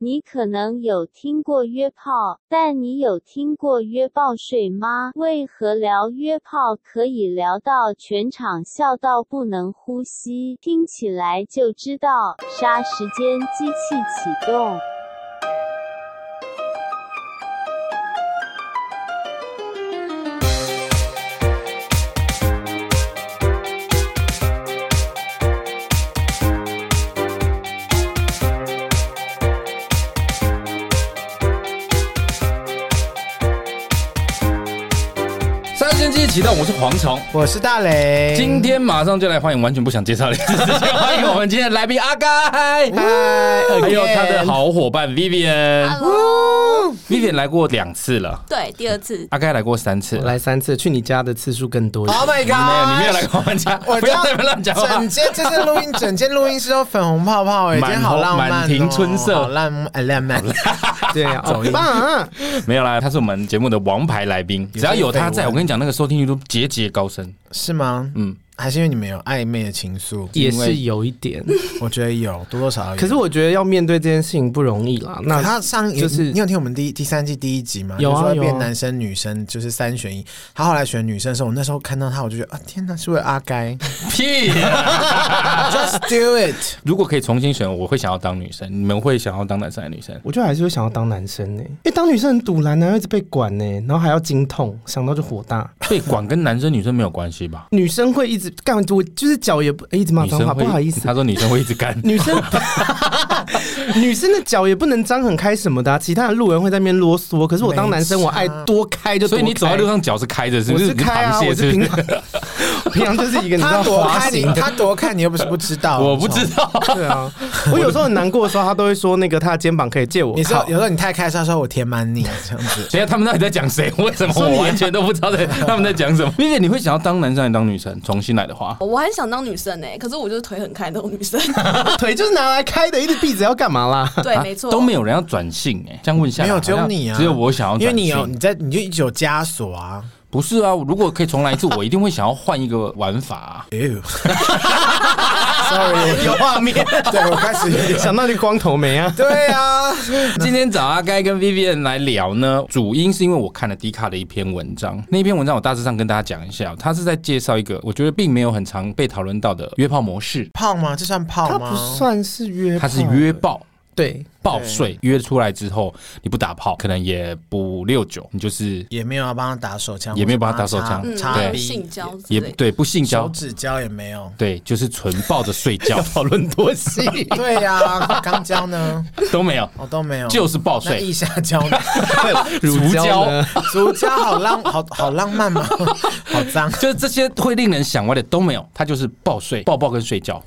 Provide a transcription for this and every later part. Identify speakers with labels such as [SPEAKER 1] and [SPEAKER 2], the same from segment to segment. [SPEAKER 1] 你可能有听过约炮，但你有听过约报税吗？为何聊约炮可以聊到全场笑到不能呼吸？听起来就知道，杀时间机器启动。
[SPEAKER 2] 三星机启动，我是蝗虫。
[SPEAKER 3] 我是大雷，
[SPEAKER 2] 今天马上就来欢迎，完全不想介绍你，直接欢迎我们今天的来宾阿 该，
[SPEAKER 3] 嗨，
[SPEAKER 2] 还有
[SPEAKER 3] again
[SPEAKER 2] 哎他的，好伙伴 Vivian。
[SPEAKER 3] 哦
[SPEAKER 2] Vivian 来过两次了，
[SPEAKER 4] 对，第二次。
[SPEAKER 2] 阿该来过三次
[SPEAKER 3] 我。来三次，去你家的次数更多一点。
[SPEAKER 2] 哦
[SPEAKER 5] Oh my
[SPEAKER 2] 没有，
[SPEAKER 5] god！
[SPEAKER 2] 你没有来过我们家，
[SPEAKER 5] 我
[SPEAKER 2] 不要再乱讲话
[SPEAKER 5] 整。间这次录 音，整间录音室都粉红泡泡哎、欸，今
[SPEAKER 2] 满
[SPEAKER 5] 天好浪漫、哦，
[SPEAKER 2] 满庭春色
[SPEAKER 5] 好浪哎浪漫。
[SPEAKER 3] 对啊，好棒啊！
[SPEAKER 2] 没有啦，他是我们节目的王牌来宾，只要有他在，我跟你讲，那个收听率都节节高升。
[SPEAKER 5] 是吗？
[SPEAKER 2] 嗯
[SPEAKER 5] 嗯，还是因为你们有暧昧的情愫？
[SPEAKER 3] 也是有一点，
[SPEAKER 5] 我觉得有多多少少有。
[SPEAKER 3] 可是我觉得要面对这件事情不容易啦。那
[SPEAKER 5] 他上一
[SPEAKER 3] 就是
[SPEAKER 5] 你有听我们第第三季第一集吗？
[SPEAKER 3] 有啊
[SPEAKER 5] 就是
[SPEAKER 3] 有
[SPEAKER 5] 说
[SPEAKER 3] 啊
[SPEAKER 5] 变男生女生就是三选一。他后来选女生的时候，我那时候看到他，我就觉得啊，天哪，是为了阿该
[SPEAKER 2] 屁！
[SPEAKER 5] ，Just do it。
[SPEAKER 2] 如果可以重新选，我会想要当女生，你们会想要当男生还是女 生？
[SPEAKER 3] 我就还是会想要当男生呢、因为当女生很堵然呢、啊一直被管呢、然后还要经痛，想到就火大。
[SPEAKER 2] 被管跟男生女生没有关系吧？
[SPEAKER 3] 女生会一直干，我就是脚也不一直骂
[SPEAKER 2] 女
[SPEAKER 3] 脏
[SPEAKER 2] 生
[SPEAKER 3] 话，
[SPEAKER 2] 会
[SPEAKER 3] 不好意思
[SPEAKER 2] 他，说女生会一直干。
[SPEAKER 3] 女生，女生 的脚也不能张很开什么的啊、其他的路人会在那边啰嗦。可是我当男生，
[SPEAKER 5] 没
[SPEAKER 3] 我
[SPEAKER 5] 差
[SPEAKER 3] 爱多开就多
[SPEAKER 2] 所
[SPEAKER 3] 开
[SPEAKER 2] 以你走在路，上脚是开着，是
[SPEAKER 3] 我
[SPEAKER 2] 不
[SPEAKER 3] 是
[SPEAKER 2] 是？你
[SPEAKER 3] 开啊，
[SPEAKER 2] 螃蟹
[SPEAKER 3] 我
[SPEAKER 2] 是
[SPEAKER 3] 是
[SPEAKER 2] 不
[SPEAKER 3] 平
[SPEAKER 2] 是？
[SPEAKER 3] 常， 我平常就是一个你知
[SPEAKER 5] 他
[SPEAKER 3] 道
[SPEAKER 5] 多
[SPEAKER 3] 滑
[SPEAKER 5] 看你
[SPEAKER 3] 行，的，
[SPEAKER 5] 他多看你又不是不知道。
[SPEAKER 2] 我不知道，
[SPEAKER 3] 对啊。我有时候很难过的时候，他都会说那个他的肩膀可以借我
[SPEAKER 5] 你说
[SPEAKER 3] 靠
[SPEAKER 5] 有。时候你太开车的时候，我填满你这样 子。
[SPEAKER 2] 等一下他们到底在讲谁？为什么我完全都不知 道在他们在讲什么？并且你会想要当男生还是当女生？重新来的话，
[SPEAKER 4] 哦我很想当女生哎、可是我就是腿很开的 女生。
[SPEAKER 3] 腿就是拿来开的，一直闭着要干嘛啦？
[SPEAKER 4] 对，
[SPEAKER 2] 啊
[SPEAKER 4] 没错，
[SPEAKER 2] 都没有人要转性哎。这样问一下，
[SPEAKER 5] 没有
[SPEAKER 2] 好像
[SPEAKER 5] 只有你啊
[SPEAKER 2] 只有我想要转
[SPEAKER 5] 因
[SPEAKER 2] 性，
[SPEAKER 5] 为你有你在，你就一直有枷锁 啊。
[SPEAKER 2] 不是啊？如果可以重来一次，我一定会想要换一个玩法啊。
[SPEAKER 5] 哎呦，sorry，
[SPEAKER 3] 有画面，
[SPEAKER 5] 对我开始有点
[SPEAKER 3] 想到你光头没啊？
[SPEAKER 5] 对啊，
[SPEAKER 2] 今天找阿该跟 Vivian 来聊呢，主因是因为我看了迪卡的一篇文章，那篇文章我大致上跟大家讲一下，它是在介绍一个我觉得并没有很常被讨论到的约炮模式，
[SPEAKER 5] 泡吗？这算泡
[SPEAKER 3] 他
[SPEAKER 5] 吗？
[SPEAKER 3] 不算是约炮，
[SPEAKER 2] 它是约爆。
[SPEAKER 3] 对，
[SPEAKER 2] 报税约出来之后，你不打炮，可能也不六九，你就是
[SPEAKER 5] 也没有要帮他打手枪，
[SPEAKER 2] 也没有帮他打手枪
[SPEAKER 5] 或者
[SPEAKER 4] 嗯，
[SPEAKER 2] 对
[SPEAKER 5] 帮他
[SPEAKER 4] 没
[SPEAKER 5] 擦
[SPEAKER 4] 有
[SPEAKER 5] 鼻
[SPEAKER 4] 性交之
[SPEAKER 2] 也
[SPEAKER 4] 类的
[SPEAKER 2] 对不性
[SPEAKER 5] 手
[SPEAKER 2] 交，
[SPEAKER 5] 指交也没有。
[SPEAKER 2] 对，就是纯抱着睡觉
[SPEAKER 3] 讨论多细。
[SPEAKER 5] 对呀， 肛交呢？
[SPEAKER 2] 都没有，
[SPEAKER 5] 我都没有，
[SPEAKER 2] 就是抱
[SPEAKER 5] 那
[SPEAKER 2] 睡
[SPEAKER 5] 腋。下交 呢？
[SPEAKER 2] 乳胶
[SPEAKER 3] 呢？
[SPEAKER 5] 足交好浪，好好浪漫吗？ 好脏，
[SPEAKER 2] 就是这些会令人想歪的都没有，它就是抱睡、抱抱跟睡觉。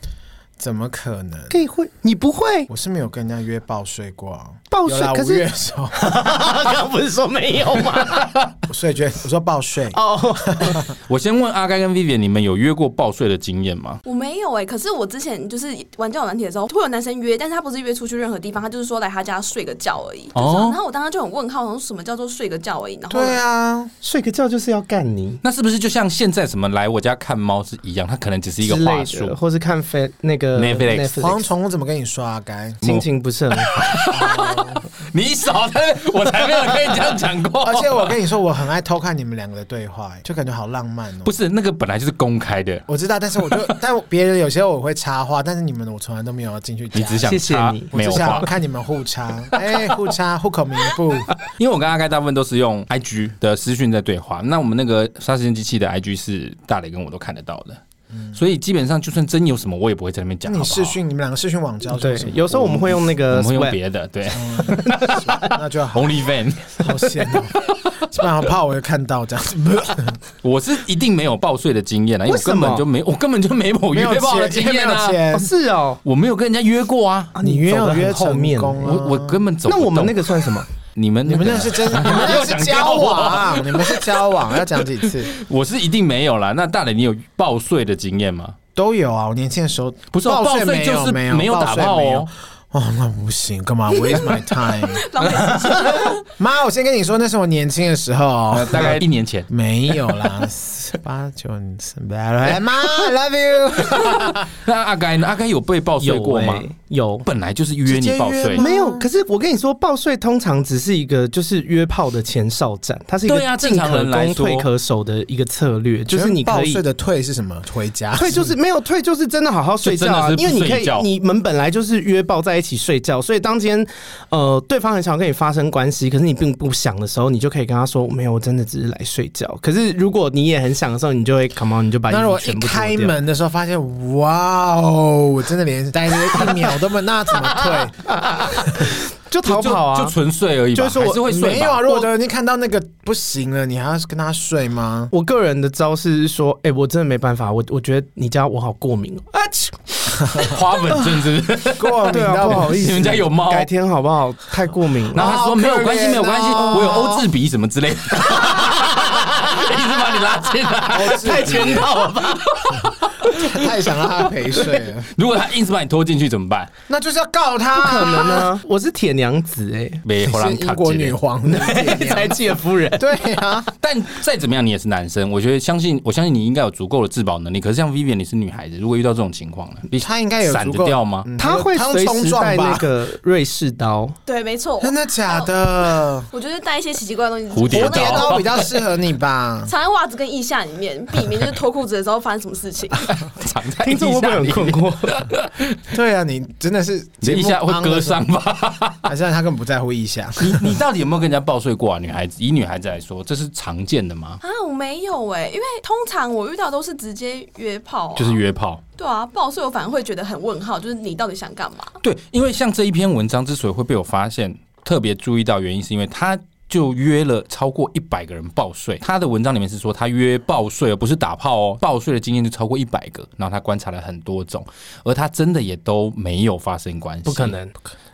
[SPEAKER 5] 怎么可能？
[SPEAKER 3] 可以会，你不会？
[SPEAKER 5] 我是没有跟人家约抱睡过啊，
[SPEAKER 3] 抱睡
[SPEAKER 5] 有啦
[SPEAKER 3] 可是
[SPEAKER 5] 五月的时候，
[SPEAKER 3] 刚刚不是说没有吗？
[SPEAKER 5] 所以觉得我说抱睡，
[SPEAKER 3] 哦，
[SPEAKER 2] 我先问阿该跟 Vivian，你们有约过抱睡的经验吗？
[SPEAKER 4] 我没有哎、可是我之前就是玩交友软体的时候，会有男生约，但是他不是约出去任何地方，他就是说来他家睡个觉而已。就是
[SPEAKER 2] 哦
[SPEAKER 4] 然后我当时就很问号，然后什么叫做睡个觉而已？然后
[SPEAKER 5] 对啊，
[SPEAKER 3] 睡个觉就是要干你
[SPEAKER 2] 那是不是就像现在什么来我家看猫是一样？它可能只是一个
[SPEAKER 3] 之
[SPEAKER 2] 话
[SPEAKER 3] 类
[SPEAKER 2] 术
[SPEAKER 3] 的，。或是看飞那个
[SPEAKER 2] Netflix
[SPEAKER 5] 蝗虫我怎么跟你说啊？该，
[SPEAKER 2] 哦
[SPEAKER 3] 心情不是很好，
[SPEAKER 2] 你少在那，我才没有跟你这样讲过。
[SPEAKER 5] 而且我跟你说，我很爱偷看你们两个的对话，哎就感觉好浪漫哦。
[SPEAKER 2] 不是那个本来就是公开的，
[SPEAKER 5] 我知道，但是 我就，但我别人有些我会插话，但是你们的我从来都没有要进去夹。
[SPEAKER 2] 你只想
[SPEAKER 3] 谢谢
[SPEAKER 2] 插
[SPEAKER 3] 你
[SPEAKER 5] 我
[SPEAKER 2] 没
[SPEAKER 5] 只
[SPEAKER 2] 有话
[SPEAKER 5] 想。看你们 互插，哎、互插，户口名簿。
[SPEAKER 2] 因为我跟阿盖大部分都是用 IG 的私讯在对话，那我们那个杀时间机器的 IG 是大磊跟我都看得到的，所以基本上就算真有什么，我也不会在那边
[SPEAKER 5] 那
[SPEAKER 2] 讲。
[SPEAKER 5] 你
[SPEAKER 2] 好不好
[SPEAKER 5] 视，讯，你们两个视讯网交是
[SPEAKER 3] 对
[SPEAKER 5] 不是，
[SPEAKER 3] 有时候我们会用那
[SPEAKER 2] 我
[SPEAKER 3] 个
[SPEAKER 2] 们会
[SPEAKER 3] Sweat，
[SPEAKER 2] 用别的，对
[SPEAKER 5] 那就好，
[SPEAKER 2] ，Only Van，
[SPEAKER 5] 好险哦、基本上怕我会看到这样子，
[SPEAKER 2] 我是一定没有报税的经验啊了，因为我根本
[SPEAKER 3] 为
[SPEAKER 2] 就
[SPEAKER 3] 什么
[SPEAKER 2] 没，我 根本就没有
[SPEAKER 5] 没
[SPEAKER 2] 约
[SPEAKER 5] 有
[SPEAKER 2] 炮的
[SPEAKER 5] 钱，
[SPEAKER 2] 经
[SPEAKER 5] 因为没
[SPEAKER 2] 验
[SPEAKER 5] 有
[SPEAKER 2] 啊，
[SPEAKER 3] 哦
[SPEAKER 5] 钱。
[SPEAKER 3] 是哦，
[SPEAKER 2] 我没有跟人家约过啊，
[SPEAKER 3] 啊
[SPEAKER 5] 你约
[SPEAKER 3] 走
[SPEAKER 5] 有
[SPEAKER 3] 得很
[SPEAKER 5] 约
[SPEAKER 3] 后面
[SPEAKER 5] 成功啊
[SPEAKER 2] 我？我根本走不
[SPEAKER 3] 那
[SPEAKER 2] 动。
[SPEAKER 3] 我们那个算什么？
[SPEAKER 2] 你们
[SPEAKER 5] 你们
[SPEAKER 2] 个
[SPEAKER 5] 那是真，你们那是交往，啊 你们是交往，要讲几次
[SPEAKER 2] 我是一定没有啦。那大磊，你有报税的经验吗？
[SPEAKER 5] 都有啊。我年轻的时候
[SPEAKER 2] 不是哦
[SPEAKER 5] 报
[SPEAKER 2] 报税
[SPEAKER 5] 没有
[SPEAKER 2] 就是
[SPEAKER 5] 没有
[SPEAKER 2] 没有
[SPEAKER 5] 报
[SPEAKER 2] 打
[SPEAKER 5] 税
[SPEAKER 2] 炮
[SPEAKER 5] 没
[SPEAKER 2] 哦
[SPEAKER 5] 有哦，那不行，干嘛 waste my time？
[SPEAKER 4] 浪费时间。
[SPEAKER 5] 妈，我先跟你说，那是我年轻的时候。
[SPEAKER 2] 呃，，大概一年前
[SPEAKER 5] 没有啦，四八九，来 妈，I love you，
[SPEAKER 2] 那阿该呢？阿该有被报税过吗？
[SPEAKER 3] 欸有，
[SPEAKER 2] 本来就是约你报
[SPEAKER 5] 直接
[SPEAKER 2] 税
[SPEAKER 5] 约吗，
[SPEAKER 3] 没有，可是我跟你说，报税通常只是一个就是约炮的前哨战，它是一
[SPEAKER 2] 对啊
[SPEAKER 3] 个
[SPEAKER 2] 正
[SPEAKER 3] 进
[SPEAKER 2] 常
[SPEAKER 3] 可
[SPEAKER 2] 人来
[SPEAKER 3] 攻
[SPEAKER 2] 说
[SPEAKER 3] 退可守的一个策略，就是你可
[SPEAKER 5] 报
[SPEAKER 3] 以
[SPEAKER 5] 税的退是什么？回家
[SPEAKER 3] 退就是没有退，就是真的好好睡觉啊，
[SPEAKER 2] 就真的是
[SPEAKER 3] 因为你可
[SPEAKER 2] 睡
[SPEAKER 3] 以
[SPEAKER 2] 觉，
[SPEAKER 3] 你们本来就是约抱在一起睡觉，所以当今天呃对方很想跟你发生关系，可是你并不想的时候，你就可以跟他说没有，我真的只是来睡觉。可是如果你也很想的时候，你就会 come on，你就 把衣
[SPEAKER 5] 那如
[SPEAKER 3] 服
[SPEAKER 5] 果
[SPEAKER 3] 全
[SPEAKER 5] 一
[SPEAKER 3] 部脱
[SPEAKER 5] 开
[SPEAKER 3] 掉。
[SPEAKER 5] 门的时候发现，哇哦，我真的连待着一秒都没有，那怎么
[SPEAKER 3] 就逃跑
[SPEAKER 2] 就
[SPEAKER 3] 啊
[SPEAKER 2] 就！纯睡而已吧，
[SPEAKER 3] 就是我
[SPEAKER 2] 还是会
[SPEAKER 5] 退？
[SPEAKER 2] 睡吧
[SPEAKER 5] 没有啊，如果都已经看到那个不行了，你还要跟他睡吗？
[SPEAKER 3] 我个人的招式是说，哎、我真的没办法，我我觉得你家我好过敏哦。啊，切
[SPEAKER 2] 花粉症是不是？
[SPEAKER 5] 过敏
[SPEAKER 3] 对啊，
[SPEAKER 5] 到
[SPEAKER 3] 不好意思，
[SPEAKER 2] 你们家有猫
[SPEAKER 3] 改天好不好？太过敏了。
[SPEAKER 2] 然后他说
[SPEAKER 5] 好可
[SPEAKER 2] 没有关系，
[SPEAKER 5] 怜
[SPEAKER 2] 没有关系，
[SPEAKER 5] 哦
[SPEAKER 2] 我有欧志鼻什么之类的， 一直把你拉进来，太全套了吧？
[SPEAKER 5] 太想让他陪睡了，
[SPEAKER 2] 如果他硬是把你拖进去怎么办？
[SPEAKER 5] 那就是要告他、
[SPEAKER 3] 不可能啊！我是铁娘子哎、
[SPEAKER 2] 没荷兰
[SPEAKER 5] 是
[SPEAKER 2] 卡
[SPEAKER 5] 英国女皇的姐娘
[SPEAKER 3] 才借夫人。
[SPEAKER 5] 对啊，
[SPEAKER 2] 但再怎么样，你也是男生，我觉得相信，我相信你应该有足够的自保能力。可是像 Vivian，你是女孩子，如果遇到这种情况呢，你
[SPEAKER 5] 他应该有
[SPEAKER 2] 闪
[SPEAKER 5] 足
[SPEAKER 2] 得
[SPEAKER 5] 够
[SPEAKER 2] 掉吗？
[SPEAKER 5] 嗯
[SPEAKER 3] 他会
[SPEAKER 5] 他
[SPEAKER 3] 随
[SPEAKER 5] 用冲
[SPEAKER 3] 时
[SPEAKER 5] 撞
[SPEAKER 3] 带那
[SPEAKER 5] 吧？
[SPEAKER 3] 个瑞士刀，
[SPEAKER 4] 对，没错。
[SPEAKER 5] 真的假的？
[SPEAKER 4] 我觉得带一些奇奇怪怪的东西，？
[SPEAKER 2] 蝴蝶
[SPEAKER 5] 蝴
[SPEAKER 2] 跌
[SPEAKER 5] 蝶
[SPEAKER 2] 倒
[SPEAKER 5] 刀比较适合你吧
[SPEAKER 4] 藏在袜子跟腋下里面，避免就是脱裤子的时候发生什 么事情。 啊
[SPEAKER 2] 藏在
[SPEAKER 3] 听众会不会很困惑？
[SPEAKER 5] 对啊，你真的是
[SPEAKER 2] 你的腋下会割伤，吧？
[SPEAKER 5] 还是他根本不在乎腋下？
[SPEAKER 2] 你你到底有没有跟人家报税过啊？女孩子，以女孩子来说，这是常见的吗？
[SPEAKER 4] 啊，我没有哎、因为通常我遇到都是直接约炮、啊，
[SPEAKER 2] 就是约炮。
[SPEAKER 4] 对啊，报税我反而会觉得很问号，就是你到底想干嘛？
[SPEAKER 2] 对，因为像这一篇文章之所以会被我发现，特别注意到原因是因为他。就约了超过一百个人报税，他的文章里面是说他约报税，而不是打炮哦。报税的经验就超过一百个，然后他观察了很多种，而他真的也都没有发生关系，
[SPEAKER 3] 不可。能，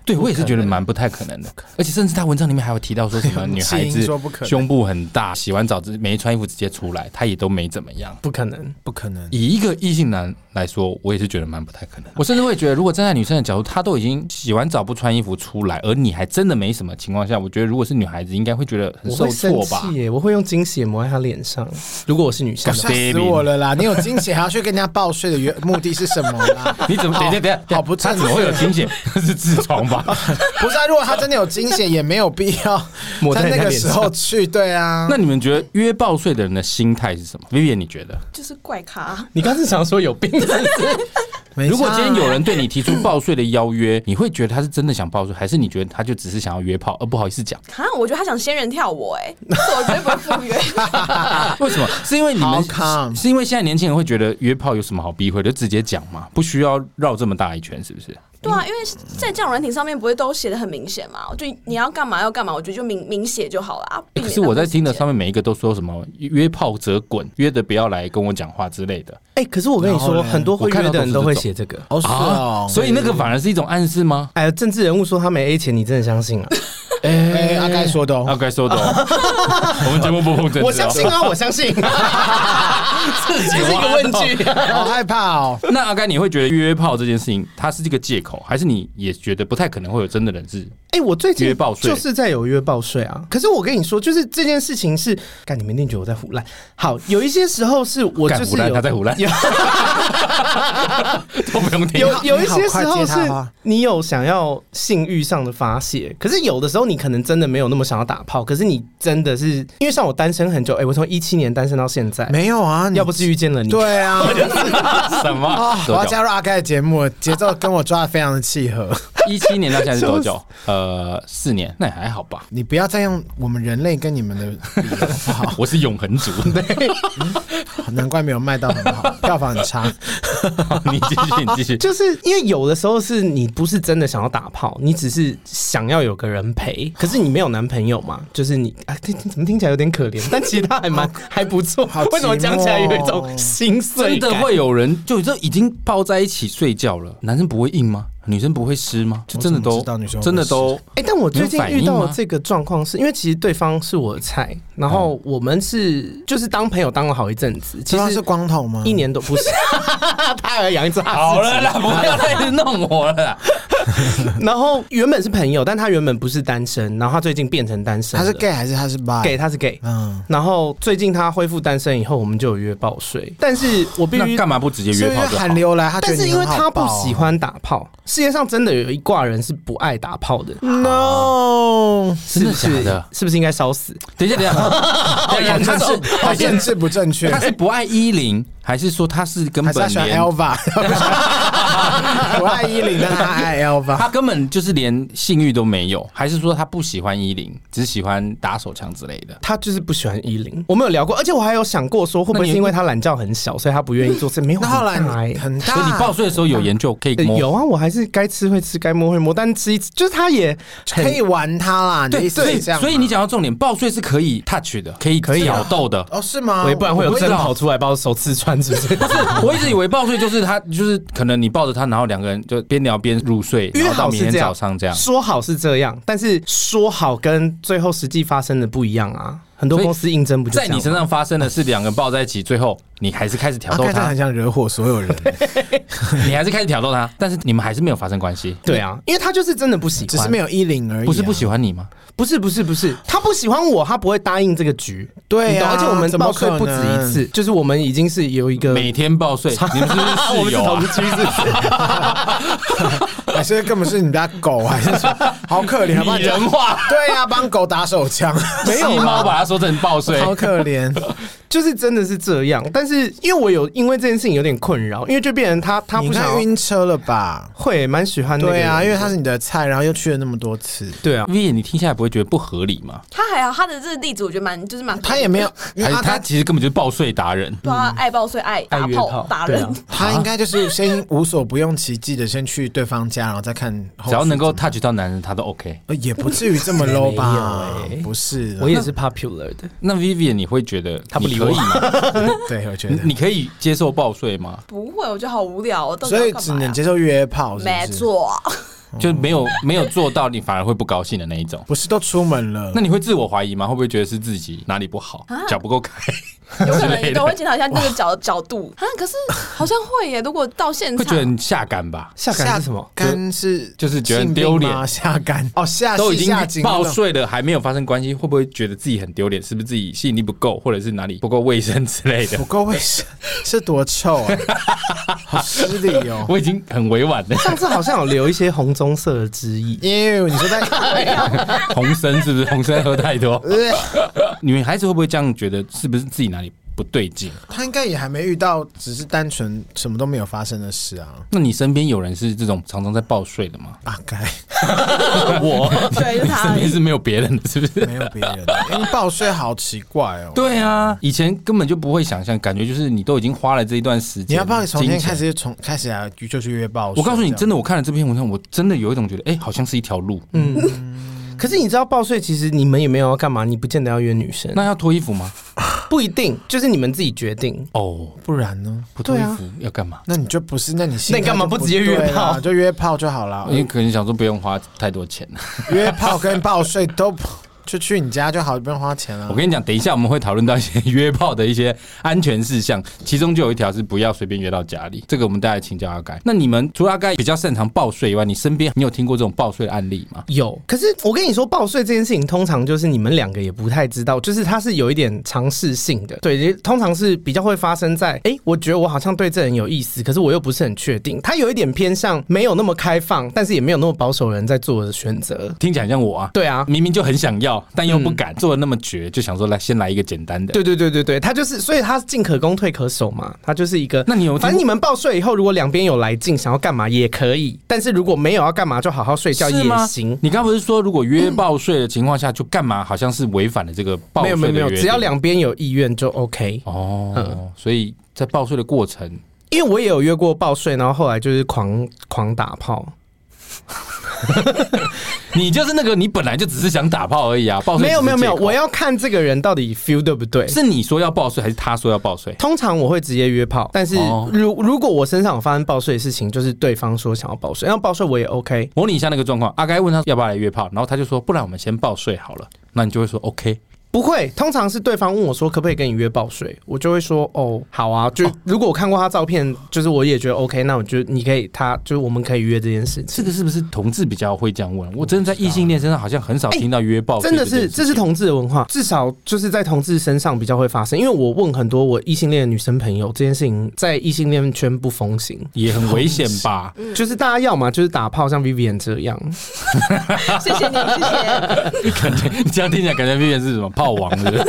[SPEAKER 2] 对我也是觉得蛮不太可能的，而且甚至他文章里面还有提到说什么 女孩
[SPEAKER 5] 基因
[SPEAKER 2] 子
[SPEAKER 5] 说不可能
[SPEAKER 2] 胸部很大，洗完澡之没穿衣服直接出来，他也都没怎么样。
[SPEAKER 3] 不可能。
[SPEAKER 5] 不可能，
[SPEAKER 2] 以一个异性男来说，我也是觉得蛮不太可能的。我甚至会觉得，如果站在女生的角度，她都已经洗完澡不穿衣服出来，而你还真的没什么情况下，我觉得如果是女孩子，应该会觉得很
[SPEAKER 3] 我
[SPEAKER 2] 受
[SPEAKER 3] 会生
[SPEAKER 2] 挫吧
[SPEAKER 3] 气？耶，我会用惊喜抹在他脸上。如果我是女生
[SPEAKER 5] 吓
[SPEAKER 3] 的话，
[SPEAKER 5] 死我了 啦！你有惊喜还要去跟人家报税的原目的是什么 啦？
[SPEAKER 2] 你怎 么？等一下，等一下，
[SPEAKER 5] 好不
[SPEAKER 2] 她
[SPEAKER 5] 正啊
[SPEAKER 2] 怎么会有惊喜？那是痔疮吧？
[SPEAKER 5] 不是啊，如果他真的有惊喜，也没有必 要
[SPEAKER 3] 抹在
[SPEAKER 5] 在
[SPEAKER 3] 人
[SPEAKER 5] 那
[SPEAKER 3] 家
[SPEAKER 5] 个
[SPEAKER 3] 脸
[SPEAKER 5] 时
[SPEAKER 3] 上
[SPEAKER 5] 候去。对啊，
[SPEAKER 2] 那你们觉得约报税的人的心态是什么？Vivian，你觉得？
[SPEAKER 4] 就是怪咖，啊
[SPEAKER 3] 你刚才想说有病是不是？
[SPEAKER 5] 没差
[SPEAKER 2] 如
[SPEAKER 5] 啊
[SPEAKER 2] 果今天有人对你提出报税的邀约，你会觉得他是真的想报税，还是你觉得他就只是想要约炮，而不好意思讲？
[SPEAKER 4] 啊，我觉得他想仙人跳我哎、这我绝对不会 赴约。
[SPEAKER 2] 为什么？是因为你们
[SPEAKER 5] How come？
[SPEAKER 2] 是因为现在年轻人会觉得约炮有什么好避讳的，就直接讲嘛，不需要绕这么大一圈，是不是？
[SPEAKER 4] 对啊，因为在这种软体上面不会都写的很明显嘛，就你要干嘛要干嘛，我觉得就明明写就好了啊。避
[SPEAKER 2] 欸
[SPEAKER 4] 免
[SPEAKER 2] 可是我在
[SPEAKER 4] 浪费时
[SPEAKER 2] 听的
[SPEAKER 4] 间
[SPEAKER 2] 上面每一个都说什么约炮者滚，约的不要来跟我讲话之类的
[SPEAKER 3] 哎，可是我跟你
[SPEAKER 5] 然后
[SPEAKER 3] 说，
[SPEAKER 5] 嘞
[SPEAKER 3] 很多会
[SPEAKER 2] 我看
[SPEAKER 3] 约
[SPEAKER 2] 到
[SPEAKER 3] 的人
[SPEAKER 2] 都
[SPEAKER 3] 都
[SPEAKER 2] 是
[SPEAKER 3] 会
[SPEAKER 2] 这种
[SPEAKER 3] 写这个。
[SPEAKER 5] 哦是
[SPEAKER 3] 啊
[SPEAKER 5] 哦，
[SPEAKER 2] 啊所以那个反而是一种暗示吗？
[SPEAKER 3] 哎呀，政治人物说他没 A 钱，你真的相信啊？
[SPEAKER 5] 哎阿该说的
[SPEAKER 2] 啊，
[SPEAKER 5] 哦，
[SPEAKER 2] 该说的哦， 我们节目不碰政治哦，
[SPEAKER 3] 我相信啊，我相 信。
[SPEAKER 2] 这
[SPEAKER 3] 这是一个问句。
[SPEAKER 5] 好害怕哦。
[SPEAKER 2] 那阿该，你会觉得约炮这件事情，它是这个借口，还是你也觉得不太可能会有真的人是？
[SPEAKER 3] 哎、我最近
[SPEAKER 2] 约报税
[SPEAKER 3] 就是在有约报税啊。可是我跟你说，就是这件事情是，干你们一定觉得我在胡乱。好，有一些时候是我
[SPEAKER 2] 干
[SPEAKER 3] 就是
[SPEAKER 2] 胡乱
[SPEAKER 3] 有
[SPEAKER 2] 他在胡乱
[SPEAKER 3] 有
[SPEAKER 2] 都不用听
[SPEAKER 3] 有
[SPEAKER 5] 好
[SPEAKER 3] 有一
[SPEAKER 5] 你好
[SPEAKER 3] 些
[SPEAKER 5] 快
[SPEAKER 3] 时
[SPEAKER 5] 接
[SPEAKER 3] 候是
[SPEAKER 5] 他啊
[SPEAKER 3] 你有想要性欲上的发泄，可是有的时候你可能真的没有那么想要打炮，可是你真的是因为像我单身很久，哎、我从一七年单身到现在，
[SPEAKER 5] 没有啊，你
[SPEAKER 3] 要不是遇见了你，
[SPEAKER 5] 对 啊，
[SPEAKER 2] 什么
[SPEAKER 5] 啊，我要加入阿该的节目，节奏跟我抓的非常的契合。
[SPEAKER 2] 一七年到现在是多久？呃，四年，那也还好吧。
[SPEAKER 5] 你不要再用我们人类跟你们的比了，好不好？
[SPEAKER 2] 我是永恒族，
[SPEAKER 5] 难怪没有卖到很 好，票房很差。
[SPEAKER 2] 你继续，你继续。
[SPEAKER 3] 就是因为有的时候是你不是真的想要打炮，你只是想要有个人陪，可是你没有男朋友 嘛，就是你啊，听怎么听起来有点可怜，但其实他还蛮还不错
[SPEAKER 5] 好寂寞哦。
[SPEAKER 3] 为什么讲起来有一种心碎
[SPEAKER 2] 哦真的
[SPEAKER 3] 感？
[SPEAKER 2] 会有人就这已经抱在一起睡觉了，男生不会硬吗？女生不会湿吗？就真的
[SPEAKER 5] 我怎么
[SPEAKER 2] 都
[SPEAKER 5] 知道女生会
[SPEAKER 2] 真的都
[SPEAKER 3] 哎、但我最近
[SPEAKER 2] 你有反应
[SPEAKER 3] 遇到
[SPEAKER 2] 吗
[SPEAKER 3] 的这个状况是因为其实对方是我的菜，然后我们是、就是当朋友当了好一阵子，其
[SPEAKER 5] 其实是
[SPEAKER 3] 实
[SPEAKER 5] 光头吗？
[SPEAKER 3] 一年都不是， 他要养一只哈士奇
[SPEAKER 2] 好了啦，不要再弄我了啦。
[SPEAKER 3] 然后原本是朋友，但他原本不是单身，然后他最近变成单身
[SPEAKER 5] 他
[SPEAKER 3] 了，
[SPEAKER 5] 是 gay 还是他是 bi？
[SPEAKER 3] gay，他是 gay。
[SPEAKER 5] 嗯，
[SPEAKER 3] 然后最近他恢复单身以后，我们就有约报睡，但是我必
[SPEAKER 2] 那
[SPEAKER 3] 须
[SPEAKER 2] 干嘛不直接
[SPEAKER 5] 是
[SPEAKER 2] 约
[SPEAKER 5] 因为
[SPEAKER 2] 炮就好？
[SPEAKER 5] 韩流来，他觉
[SPEAKER 3] 但
[SPEAKER 5] 得
[SPEAKER 3] 是
[SPEAKER 5] 你
[SPEAKER 3] 因为
[SPEAKER 5] 很
[SPEAKER 3] 他
[SPEAKER 5] 好啊
[SPEAKER 3] 不
[SPEAKER 5] 抱
[SPEAKER 3] 喜欢打炮，世界上真的有一挂人是不爱打炮的，
[SPEAKER 5] 嗯 no，
[SPEAKER 3] 是不
[SPEAKER 2] 真的
[SPEAKER 3] 是
[SPEAKER 2] 假的？
[SPEAKER 3] 是不是应该烧死？
[SPEAKER 2] 等一下，等一下，等一下，他是
[SPEAKER 5] 好政治不正确
[SPEAKER 2] 他，是不爱依林，还是说他是根
[SPEAKER 5] 还是他
[SPEAKER 2] 本
[SPEAKER 5] 喜欢
[SPEAKER 2] 连
[SPEAKER 5] Elva？不爱依林，但他爱 Elva。
[SPEAKER 2] 他根本就是连性欲都没有，还是说他不喜欢依林，只喜欢打手枪之类的？
[SPEAKER 3] 他就是不喜欢依林，我们有聊过，而且我还有想过说，会不
[SPEAKER 2] 那
[SPEAKER 3] 会
[SPEAKER 2] 你
[SPEAKER 3] 是因为他懒觉很小，所以他不愿意做事？没有，
[SPEAKER 5] 那后来
[SPEAKER 3] 很大欸
[SPEAKER 5] 你很大，
[SPEAKER 2] 所以你报税的时候有研究可以
[SPEAKER 3] 呃
[SPEAKER 2] 摸，
[SPEAKER 3] 有啊，我还是该吃会吃，该摸会摸，但吃一次就是他也很
[SPEAKER 5] 可以玩他啦，你的
[SPEAKER 2] 对，
[SPEAKER 5] 意思
[SPEAKER 2] 所以
[SPEAKER 5] 是这样吗？啊
[SPEAKER 2] 所以你讲到重点，报税是可以 touch 的，可以可以挑逗的。
[SPEAKER 5] 哦是吗？
[SPEAKER 3] 喂，不然会
[SPEAKER 5] 我
[SPEAKER 3] 有
[SPEAKER 5] 不
[SPEAKER 3] 针
[SPEAKER 5] 知道
[SPEAKER 3] 跑出来把我手刺穿，是不是？
[SPEAKER 2] 我一直以为抱睡就是他，就是可能你抱着他，然后两个人就边聊边入睡，然
[SPEAKER 3] 约
[SPEAKER 2] 后到
[SPEAKER 3] 好
[SPEAKER 2] 明
[SPEAKER 3] 是
[SPEAKER 2] 天
[SPEAKER 3] 这样，
[SPEAKER 2] 早上这样。
[SPEAKER 3] 说好是这样，但是说好跟最后实际发生的不一样啊。很多
[SPEAKER 2] 所以
[SPEAKER 3] 公司应征不就
[SPEAKER 2] 在你身上发生的是两个人抱在一起，最后你还是开始挑
[SPEAKER 5] 啊
[SPEAKER 2] 逗
[SPEAKER 5] 看起来
[SPEAKER 2] 他
[SPEAKER 5] 很，想惹火 所有人，
[SPEAKER 2] 你还是开始挑逗他，但是你们还是没有发生关系，
[SPEAKER 3] 对啊，因为他就是真的不喜欢，
[SPEAKER 5] 只是没有依林而已啊，
[SPEAKER 2] 不是不喜欢你吗？
[SPEAKER 3] 不是不是不是，他不喜欢我，他不会答应这个局。
[SPEAKER 5] 对
[SPEAKER 3] 你懂
[SPEAKER 5] 啊
[SPEAKER 3] 而且我们
[SPEAKER 5] 怎
[SPEAKER 3] 报
[SPEAKER 5] 么
[SPEAKER 3] 税
[SPEAKER 5] 可
[SPEAKER 3] 不止一
[SPEAKER 5] 能
[SPEAKER 3] 次，就是我们已经是有一个
[SPEAKER 2] 每天抱睡，你们是 不
[SPEAKER 3] 我
[SPEAKER 2] 是室
[SPEAKER 3] 们是
[SPEAKER 2] 友
[SPEAKER 3] 同
[SPEAKER 2] 啊？
[SPEAKER 3] 居是不是？
[SPEAKER 5] 还是根本是你家狗，啊还是说 好可怜，啊帮
[SPEAKER 2] 拟 人化，
[SPEAKER 5] 对啊，帮狗打手枪，
[SPEAKER 2] 没有啊猫把它说成抱睡，
[SPEAKER 5] 好可怜。
[SPEAKER 3] 就是真的是这样。但是因为我有因为这件事情有点困扰，因为就变成他他
[SPEAKER 5] 你
[SPEAKER 3] 不想
[SPEAKER 2] 哦
[SPEAKER 5] 看
[SPEAKER 3] 要
[SPEAKER 5] 晕车了吧？
[SPEAKER 3] 会蛮喜欢那个
[SPEAKER 5] 对啊，
[SPEAKER 3] 人
[SPEAKER 5] 因为他是你的菜，然后又去了那么多次，
[SPEAKER 3] 对啊，
[SPEAKER 2] V，你听下来不会觉得不合理吗？
[SPEAKER 4] 他还好，他的这个例子我觉得蛮就是蛮
[SPEAKER 5] 他也没有，因
[SPEAKER 2] 还
[SPEAKER 5] 为
[SPEAKER 2] 是
[SPEAKER 5] 他
[SPEAKER 2] 啊他
[SPEAKER 5] 他
[SPEAKER 2] 其实根本就是报睡达人？
[SPEAKER 4] 对啊，爱抱所以爱
[SPEAKER 3] 爱
[SPEAKER 4] 打
[SPEAKER 3] 约
[SPEAKER 4] 炮打
[SPEAKER 3] 对
[SPEAKER 4] 人
[SPEAKER 3] 啊，
[SPEAKER 5] 他应该就是先无所不用其极的先去对方家，然后再看后续
[SPEAKER 2] 只要能够
[SPEAKER 5] 怎么
[SPEAKER 2] touch 到男人，他都 OK。
[SPEAKER 5] 呃也不至于这么 low 吧
[SPEAKER 3] 没有？欸
[SPEAKER 5] 不是啦，
[SPEAKER 3] 我也是 popular 的，
[SPEAKER 2] 那 Vivian，你会觉得
[SPEAKER 3] 他不
[SPEAKER 2] 你
[SPEAKER 3] 理
[SPEAKER 2] 可
[SPEAKER 3] 我
[SPEAKER 2] 以吗？
[SPEAKER 5] 对，我觉
[SPEAKER 2] 你
[SPEAKER 5] 得，
[SPEAKER 2] 你可以接受报睡吗？
[SPEAKER 4] 不会，我觉得好无聊哦，到底
[SPEAKER 5] 所以
[SPEAKER 4] 要干嘛
[SPEAKER 5] 只能
[SPEAKER 4] 呀
[SPEAKER 5] 接受约炮，是不是
[SPEAKER 4] 没，错，
[SPEAKER 2] 就没有没有做到，你反而会不高兴的那一种。
[SPEAKER 5] 不是都出门了
[SPEAKER 2] 那，你会自我怀疑吗？会不会觉得是自己哪里不好，脚不够开，
[SPEAKER 4] 有可能
[SPEAKER 2] 之类
[SPEAKER 4] 你
[SPEAKER 2] 的
[SPEAKER 4] 都会检讨一下那个角角度 啊。可是好像会耶，如果到现
[SPEAKER 2] 会觉得
[SPEAKER 4] 场，
[SPEAKER 2] 很下感吧？
[SPEAKER 3] 下感是什么？
[SPEAKER 5] 干是
[SPEAKER 2] 就是觉得很丢脸
[SPEAKER 5] 性病吗下干哦下
[SPEAKER 2] 都已经
[SPEAKER 5] 下井
[SPEAKER 2] 报
[SPEAKER 5] 那种
[SPEAKER 2] 税了，还没有发生关系，会不会觉得自己很丢脸？是不是自己吸引力不够，或者是哪里不够卫生之类 的
[SPEAKER 5] 不？够卫生，是多 臭啊！好失礼哦。，
[SPEAKER 2] 我已经很委婉了。
[SPEAKER 3] 上次好像有留一些红棕色的汁液
[SPEAKER 5] 耶，你 说在
[SPEAKER 2] 红参是不是红参喝太多？
[SPEAKER 5] 呃
[SPEAKER 2] 女孩子会不会这样觉得？是不是自己哪里不对劲？
[SPEAKER 5] 他应该也还没遇到，只是单纯什么都没有发生的事啊。
[SPEAKER 2] 那你身边有人是这种常常在报税的吗？
[SPEAKER 5] 啊，该
[SPEAKER 2] 我
[SPEAKER 4] 对，就他
[SPEAKER 2] 身边是没有别人的，是不是？
[SPEAKER 5] 没有别人，啊因为报税好奇怪哦。
[SPEAKER 2] 对啊，以前根本就不会想象，感觉就是你都已经花了这一段时间，
[SPEAKER 5] 你要不要从今天
[SPEAKER 2] 金钱
[SPEAKER 5] 开？始就从开始啊，就去约报税？
[SPEAKER 2] 我告诉你，
[SPEAKER 5] 这样
[SPEAKER 2] 真的，我看了这篇文章，我真的有一种觉得，哎、好像是一条路。
[SPEAKER 3] 可是你知道报税其实你们也没有要干嘛，你不见得要约女生，
[SPEAKER 2] 那要脱衣服吗？
[SPEAKER 3] 不一定，就是你们自己决定。
[SPEAKER 2] 哦，
[SPEAKER 5] 不然呢？
[SPEAKER 2] 不脱衣
[SPEAKER 3] 对啊
[SPEAKER 2] 服、要干嘛？
[SPEAKER 5] 那你就不是，那你心态
[SPEAKER 3] 那你干嘛
[SPEAKER 5] 就
[SPEAKER 3] 不
[SPEAKER 5] 不
[SPEAKER 3] 直接约
[SPEAKER 5] 对啦
[SPEAKER 3] 炮
[SPEAKER 5] 就约炮就好了
[SPEAKER 2] 因。为可能想说不用花太多钱。
[SPEAKER 5] 约炮跟报税都不就去你家就好，不用花钱啊了
[SPEAKER 2] 我。跟你讲，等一下我们会讨论到一些 约炮的一些安全事项，其中就有一条是不要随便约到家里。这个我们大家请教阿盖。那你们除了阿盖比较擅长报税以外，你身边你有听过这种报税的案例吗？
[SPEAKER 3] 有，可是我跟你说，报税这件事情通常就是你们两个也不太知道，就是它是有一点尝试性的，对，通常是比较会发生在，哎、我觉得我好像对这人有意思，可是我又不是很确定，它有一点偏向没有那么开放，但是也没有那么保守人在做的选择，
[SPEAKER 2] 听起来很像我啊，
[SPEAKER 3] 对啊，
[SPEAKER 2] 明明就很想要，但又不敢，做的那么绝，就想说来先来一个简单的。
[SPEAKER 3] 嗯对对对对对，他就是，所以他进可攻退可守嘛，他就是一个。
[SPEAKER 2] 那你有听
[SPEAKER 3] 反正你们报税以后，如果两边有来劲，想要干嘛也可以，但是如果没有要干嘛，就好好睡觉
[SPEAKER 2] 是
[SPEAKER 3] 也
[SPEAKER 2] 吗
[SPEAKER 3] 行。
[SPEAKER 2] 你刚不是说，如果约报税的情况下，就干嘛？好像是违反了这个报税
[SPEAKER 3] 没有
[SPEAKER 2] 的
[SPEAKER 3] 没有没有，
[SPEAKER 2] 约定
[SPEAKER 3] 只要两嗯边有意愿就 OK。
[SPEAKER 2] 哦，所以在报税的过程，
[SPEAKER 3] 因为我也有约过报税，然后后来就是狂狂打炮。
[SPEAKER 2] 你就是那个你本来就只是想打炮而已啊，报税
[SPEAKER 3] 没有
[SPEAKER 2] 只
[SPEAKER 3] 没
[SPEAKER 2] 是
[SPEAKER 3] 有没有，
[SPEAKER 2] 借口
[SPEAKER 3] 我要看这个人到底 feel 对不对。
[SPEAKER 2] 是你说要报税还是他说要报税？
[SPEAKER 3] 通常我会直接约炮，但是
[SPEAKER 2] 哦
[SPEAKER 3] 如、如果我身上有发生报税的事情，就是对方说想要报税，要报税我也 OK。
[SPEAKER 2] 模拟一下那个状况，阿该问他要不要来约炮，然后他就说不然我们先报税好了，那你就会说 OK，
[SPEAKER 3] 不会，通常是对方问我说可不可以跟你约报税，我就会说哦好啊，就、如果我看过他照片，就是我也觉得 OK，那我就你可以他就是我们可以约这件事
[SPEAKER 2] 这
[SPEAKER 3] 情。
[SPEAKER 2] 个是不是同志比较会这样问？我真的在异性恋身上好像很少听到约报税
[SPEAKER 3] 哦哎
[SPEAKER 2] 件
[SPEAKER 3] 真的
[SPEAKER 2] 事情、
[SPEAKER 3] 是，这是同志的文化，至少就是在同志身上比较会发生。因为我问很多我异性恋的女生朋友，这件事情在异性恋圈不风行，
[SPEAKER 2] 也很危险吧？
[SPEAKER 3] 就是大家要嘛就是打炮，像 Vivian 这样，
[SPEAKER 4] 谢谢你，谢谢，
[SPEAKER 2] 感觉 你这样听起来感觉 Vivian 是什么炮王 是不是？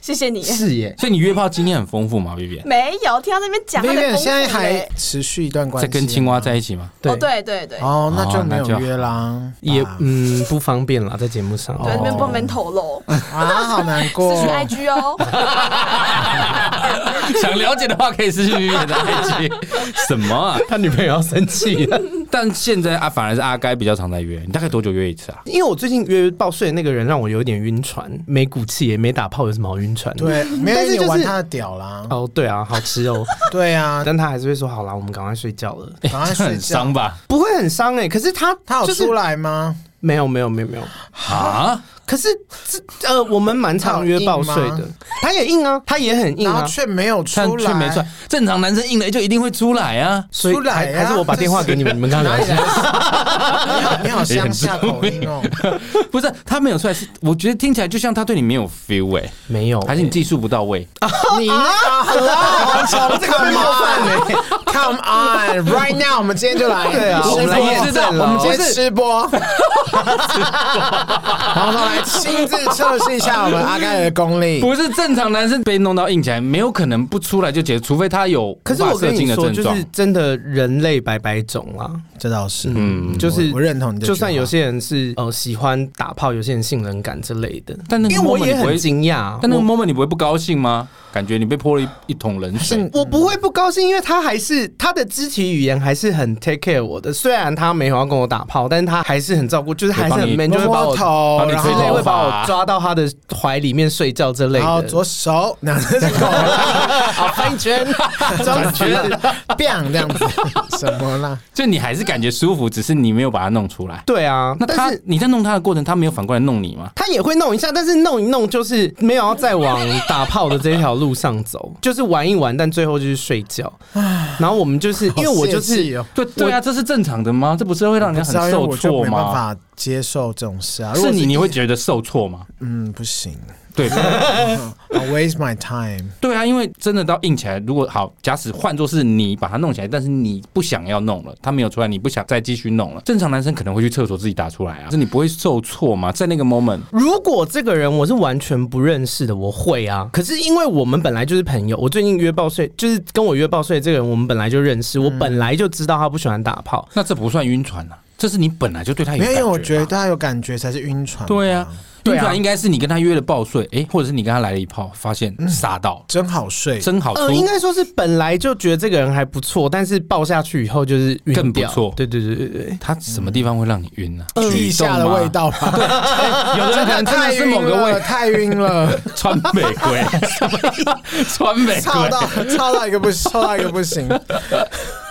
[SPEAKER 4] 谢谢你。
[SPEAKER 3] 是耶。
[SPEAKER 2] 所以你约炮经验很丰富吗？Vivian
[SPEAKER 4] 没有，听到那边讲，他
[SPEAKER 5] 没
[SPEAKER 4] 在
[SPEAKER 5] 有，
[SPEAKER 4] 丰富
[SPEAKER 5] 现在还
[SPEAKER 4] 嘞
[SPEAKER 5] 持续一段关
[SPEAKER 2] 在
[SPEAKER 5] 系，啊
[SPEAKER 2] 跟青蛙在一起吗？
[SPEAKER 3] 对
[SPEAKER 4] 哦，对对对，
[SPEAKER 5] 哦，那就
[SPEAKER 2] 哦
[SPEAKER 5] 没
[SPEAKER 2] 那就
[SPEAKER 5] 有约啦，
[SPEAKER 3] 也
[SPEAKER 5] 啊
[SPEAKER 3] 嗯不方便啦，在节目上。哦
[SPEAKER 4] 对，那边不能透露，
[SPEAKER 5] 啊，好难过
[SPEAKER 4] 私。讯 IG 哦。
[SPEAKER 2] 想了解的话可以私信 Vivian 的 IG。什么啊？
[SPEAKER 3] 他女朋友要生气了，
[SPEAKER 2] 但现在啊，反而是阿该比较常在约，你大概多久约一次啊？
[SPEAKER 3] 因为我最近约报税的那个人让我有点晕船，没骨气也没打炮，有什么好晕船的？
[SPEAKER 5] 对，啊没有
[SPEAKER 3] 但是
[SPEAKER 5] 你
[SPEAKER 3] 就是
[SPEAKER 5] 玩他的屌啦。
[SPEAKER 3] 哦，对啊，好吃 哦，
[SPEAKER 5] 对啊，
[SPEAKER 3] 但他还是会说好啦，我们赶快睡觉了，欸
[SPEAKER 5] 赶快
[SPEAKER 2] 哎这
[SPEAKER 5] 睡
[SPEAKER 2] 很
[SPEAKER 5] 觉
[SPEAKER 2] 伤。吧？
[SPEAKER 3] 不会很伤哎、可是他
[SPEAKER 5] 他有
[SPEAKER 3] 就是
[SPEAKER 5] 出来吗？
[SPEAKER 3] 没有没有没有没有，
[SPEAKER 2] 啊？
[SPEAKER 3] 可是这呃我们蛮常约报税
[SPEAKER 5] 他有
[SPEAKER 3] 的
[SPEAKER 5] 硬，
[SPEAKER 3] 他也硬啊，他也很硬
[SPEAKER 5] 然后
[SPEAKER 3] 啊，
[SPEAKER 5] 却没有
[SPEAKER 2] 但
[SPEAKER 5] 出来，
[SPEAKER 2] 却没出来。正常男生硬了就一定会出来啊。
[SPEAKER 3] 所以
[SPEAKER 5] 出来
[SPEAKER 3] 还
[SPEAKER 5] 啊
[SPEAKER 3] 还是我把电话给你们，你们 刚刚聊
[SPEAKER 5] 哪里
[SPEAKER 3] 什
[SPEAKER 5] 来
[SPEAKER 3] 么？
[SPEAKER 5] 你好，你好乡下口音哦。
[SPEAKER 2] 不是他没有出来，是我觉得听起来就像他对你没有 feel 哎、
[SPEAKER 3] 没有，
[SPEAKER 2] 还是你技术不到位？
[SPEAKER 5] 你那个很好，这个冒犯哎！Come on，right now，我们今天就来，
[SPEAKER 3] 对啊
[SPEAKER 5] 吃播
[SPEAKER 3] 我们来验
[SPEAKER 2] 证了
[SPEAKER 5] 我们今
[SPEAKER 2] 不
[SPEAKER 5] 天
[SPEAKER 2] 是
[SPEAKER 5] 吃 播。然后来亲自测试一下我们阿盖尔的功力。
[SPEAKER 2] 不是正常男生被弄到硬起来，没有可能不出来就结束，除非他有
[SPEAKER 3] 可是
[SPEAKER 2] 无
[SPEAKER 3] 我
[SPEAKER 2] 法射
[SPEAKER 3] 跟
[SPEAKER 2] 精
[SPEAKER 3] 你
[SPEAKER 2] 的
[SPEAKER 3] 说，
[SPEAKER 2] 症
[SPEAKER 3] 就
[SPEAKER 2] 状
[SPEAKER 3] 是。真的人类百百种啊，
[SPEAKER 5] 这倒是，
[SPEAKER 2] 嗯
[SPEAKER 3] 就是
[SPEAKER 5] 我认同你这句话
[SPEAKER 3] 就算有些人是呃喜欢打炮，有些人性冷感之类的，
[SPEAKER 2] 但那个
[SPEAKER 3] 因为我
[SPEAKER 2] moment 你
[SPEAKER 3] 也
[SPEAKER 2] 不
[SPEAKER 3] 很
[SPEAKER 2] 会
[SPEAKER 3] 惊讶，
[SPEAKER 2] 但那个
[SPEAKER 3] 我
[SPEAKER 2] moment 你不会不高兴吗？感觉你被泼了一一桶冷水。
[SPEAKER 3] 我不会不高兴，因为他还是他的肢体语言还是很 take care 我的，虽然他没有要跟我打炮，但是他还是很照顾，就是
[SPEAKER 2] 会
[SPEAKER 3] 还是
[SPEAKER 2] 帮
[SPEAKER 3] 很
[SPEAKER 2] 你
[SPEAKER 3] man，就会把
[SPEAKER 5] 摸
[SPEAKER 3] 我
[SPEAKER 5] 头，
[SPEAKER 2] 帮你
[SPEAKER 5] 然
[SPEAKER 2] 吹
[SPEAKER 3] 之类
[SPEAKER 5] 后
[SPEAKER 3] 会
[SPEAKER 2] 头发
[SPEAKER 3] 把我抓到他的怀里面睡觉之类
[SPEAKER 5] 然后
[SPEAKER 3] 的。
[SPEAKER 5] 左手， 那这是狗啦，
[SPEAKER 3] 好翻 一圈，
[SPEAKER 5] 转
[SPEAKER 3] 转
[SPEAKER 5] 圈
[SPEAKER 3] 圈。
[SPEAKER 5] ，biang 这样子，什么啦？
[SPEAKER 2] 就你还是感觉舒服，只是你没有把它弄出来。
[SPEAKER 3] 对啊，
[SPEAKER 2] 那
[SPEAKER 3] 但
[SPEAKER 2] 他
[SPEAKER 3] 是
[SPEAKER 2] 你在弄他的过程，他没有反过来弄你吗？
[SPEAKER 3] 他也会弄一下，但是弄一弄就是没有要再往打炮的这条路上走，就是玩一玩，但最后就是睡觉。然后我们就是因为我就
[SPEAKER 5] 好泄气
[SPEAKER 3] 是
[SPEAKER 5] 哦
[SPEAKER 2] 对对啊，这是正常的吗？这不是会让人家
[SPEAKER 5] 不知道，
[SPEAKER 2] 很
[SPEAKER 5] 因为
[SPEAKER 2] 受
[SPEAKER 5] 我就
[SPEAKER 2] 挫
[SPEAKER 5] 没办
[SPEAKER 2] 吗？
[SPEAKER 5] 法接受这种事啊。如
[SPEAKER 2] 是
[SPEAKER 5] 果
[SPEAKER 2] 你你会觉得受挫吗？
[SPEAKER 5] 嗯不行
[SPEAKER 2] 对
[SPEAKER 5] ，I waste my time。
[SPEAKER 2] 对啊，因为真的到硬起来，如果好，假使换作是你把它弄起来，但是你不想要弄了，他没有出来，你不想再继续弄了，正常男生可能会去厕所自己打出来啊，这你不会受挫吗？在那个 moment，
[SPEAKER 3] 如果这个人我是完全不认识的，我会啊。可是因为我们本来就是朋友，我最近约报税，就是跟我约报税这个人，我们本来就认识，
[SPEAKER 2] 嗯
[SPEAKER 3] 我本来就知道他不喜欢打炮。
[SPEAKER 2] 那这不算晕船啊，这是你本来就对他有
[SPEAKER 5] 没有，因为我
[SPEAKER 2] 感
[SPEAKER 5] 觉
[SPEAKER 2] 觉
[SPEAKER 5] 得
[SPEAKER 2] 吧
[SPEAKER 5] 大家有感觉才是晕船。
[SPEAKER 2] 对啊，
[SPEAKER 3] 对啊
[SPEAKER 2] 晕船应该是你跟他约了报睡，诶，或者是你跟他来了一炮，发现傻到、
[SPEAKER 5] 真好睡。
[SPEAKER 2] 真好出。
[SPEAKER 3] 呃，应该说是本来就觉得这个人还不错，但是抱下去以后就是晕
[SPEAKER 2] 更不
[SPEAKER 3] 掉
[SPEAKER 2] 错
[SPEAKER 3] 对对对对对。
[SPEAKER 2] 他什么地方会让你晕呢、啊？
[SPEAKER 5] 地下的味道吧，
[SPEAKER 2] 有的人可能真的是某个
[SPEAKER 5] 味
[SPEAKER 2] 位
[SPEAKER 5] 太晕了，
[SPEAKER 2] 川玫瑰， 川玫
[SPEAKER 5] 操
[SPEAKER 2] 瑰。
[SPEAKER 5] 到操到 一个不行，操到一个不行。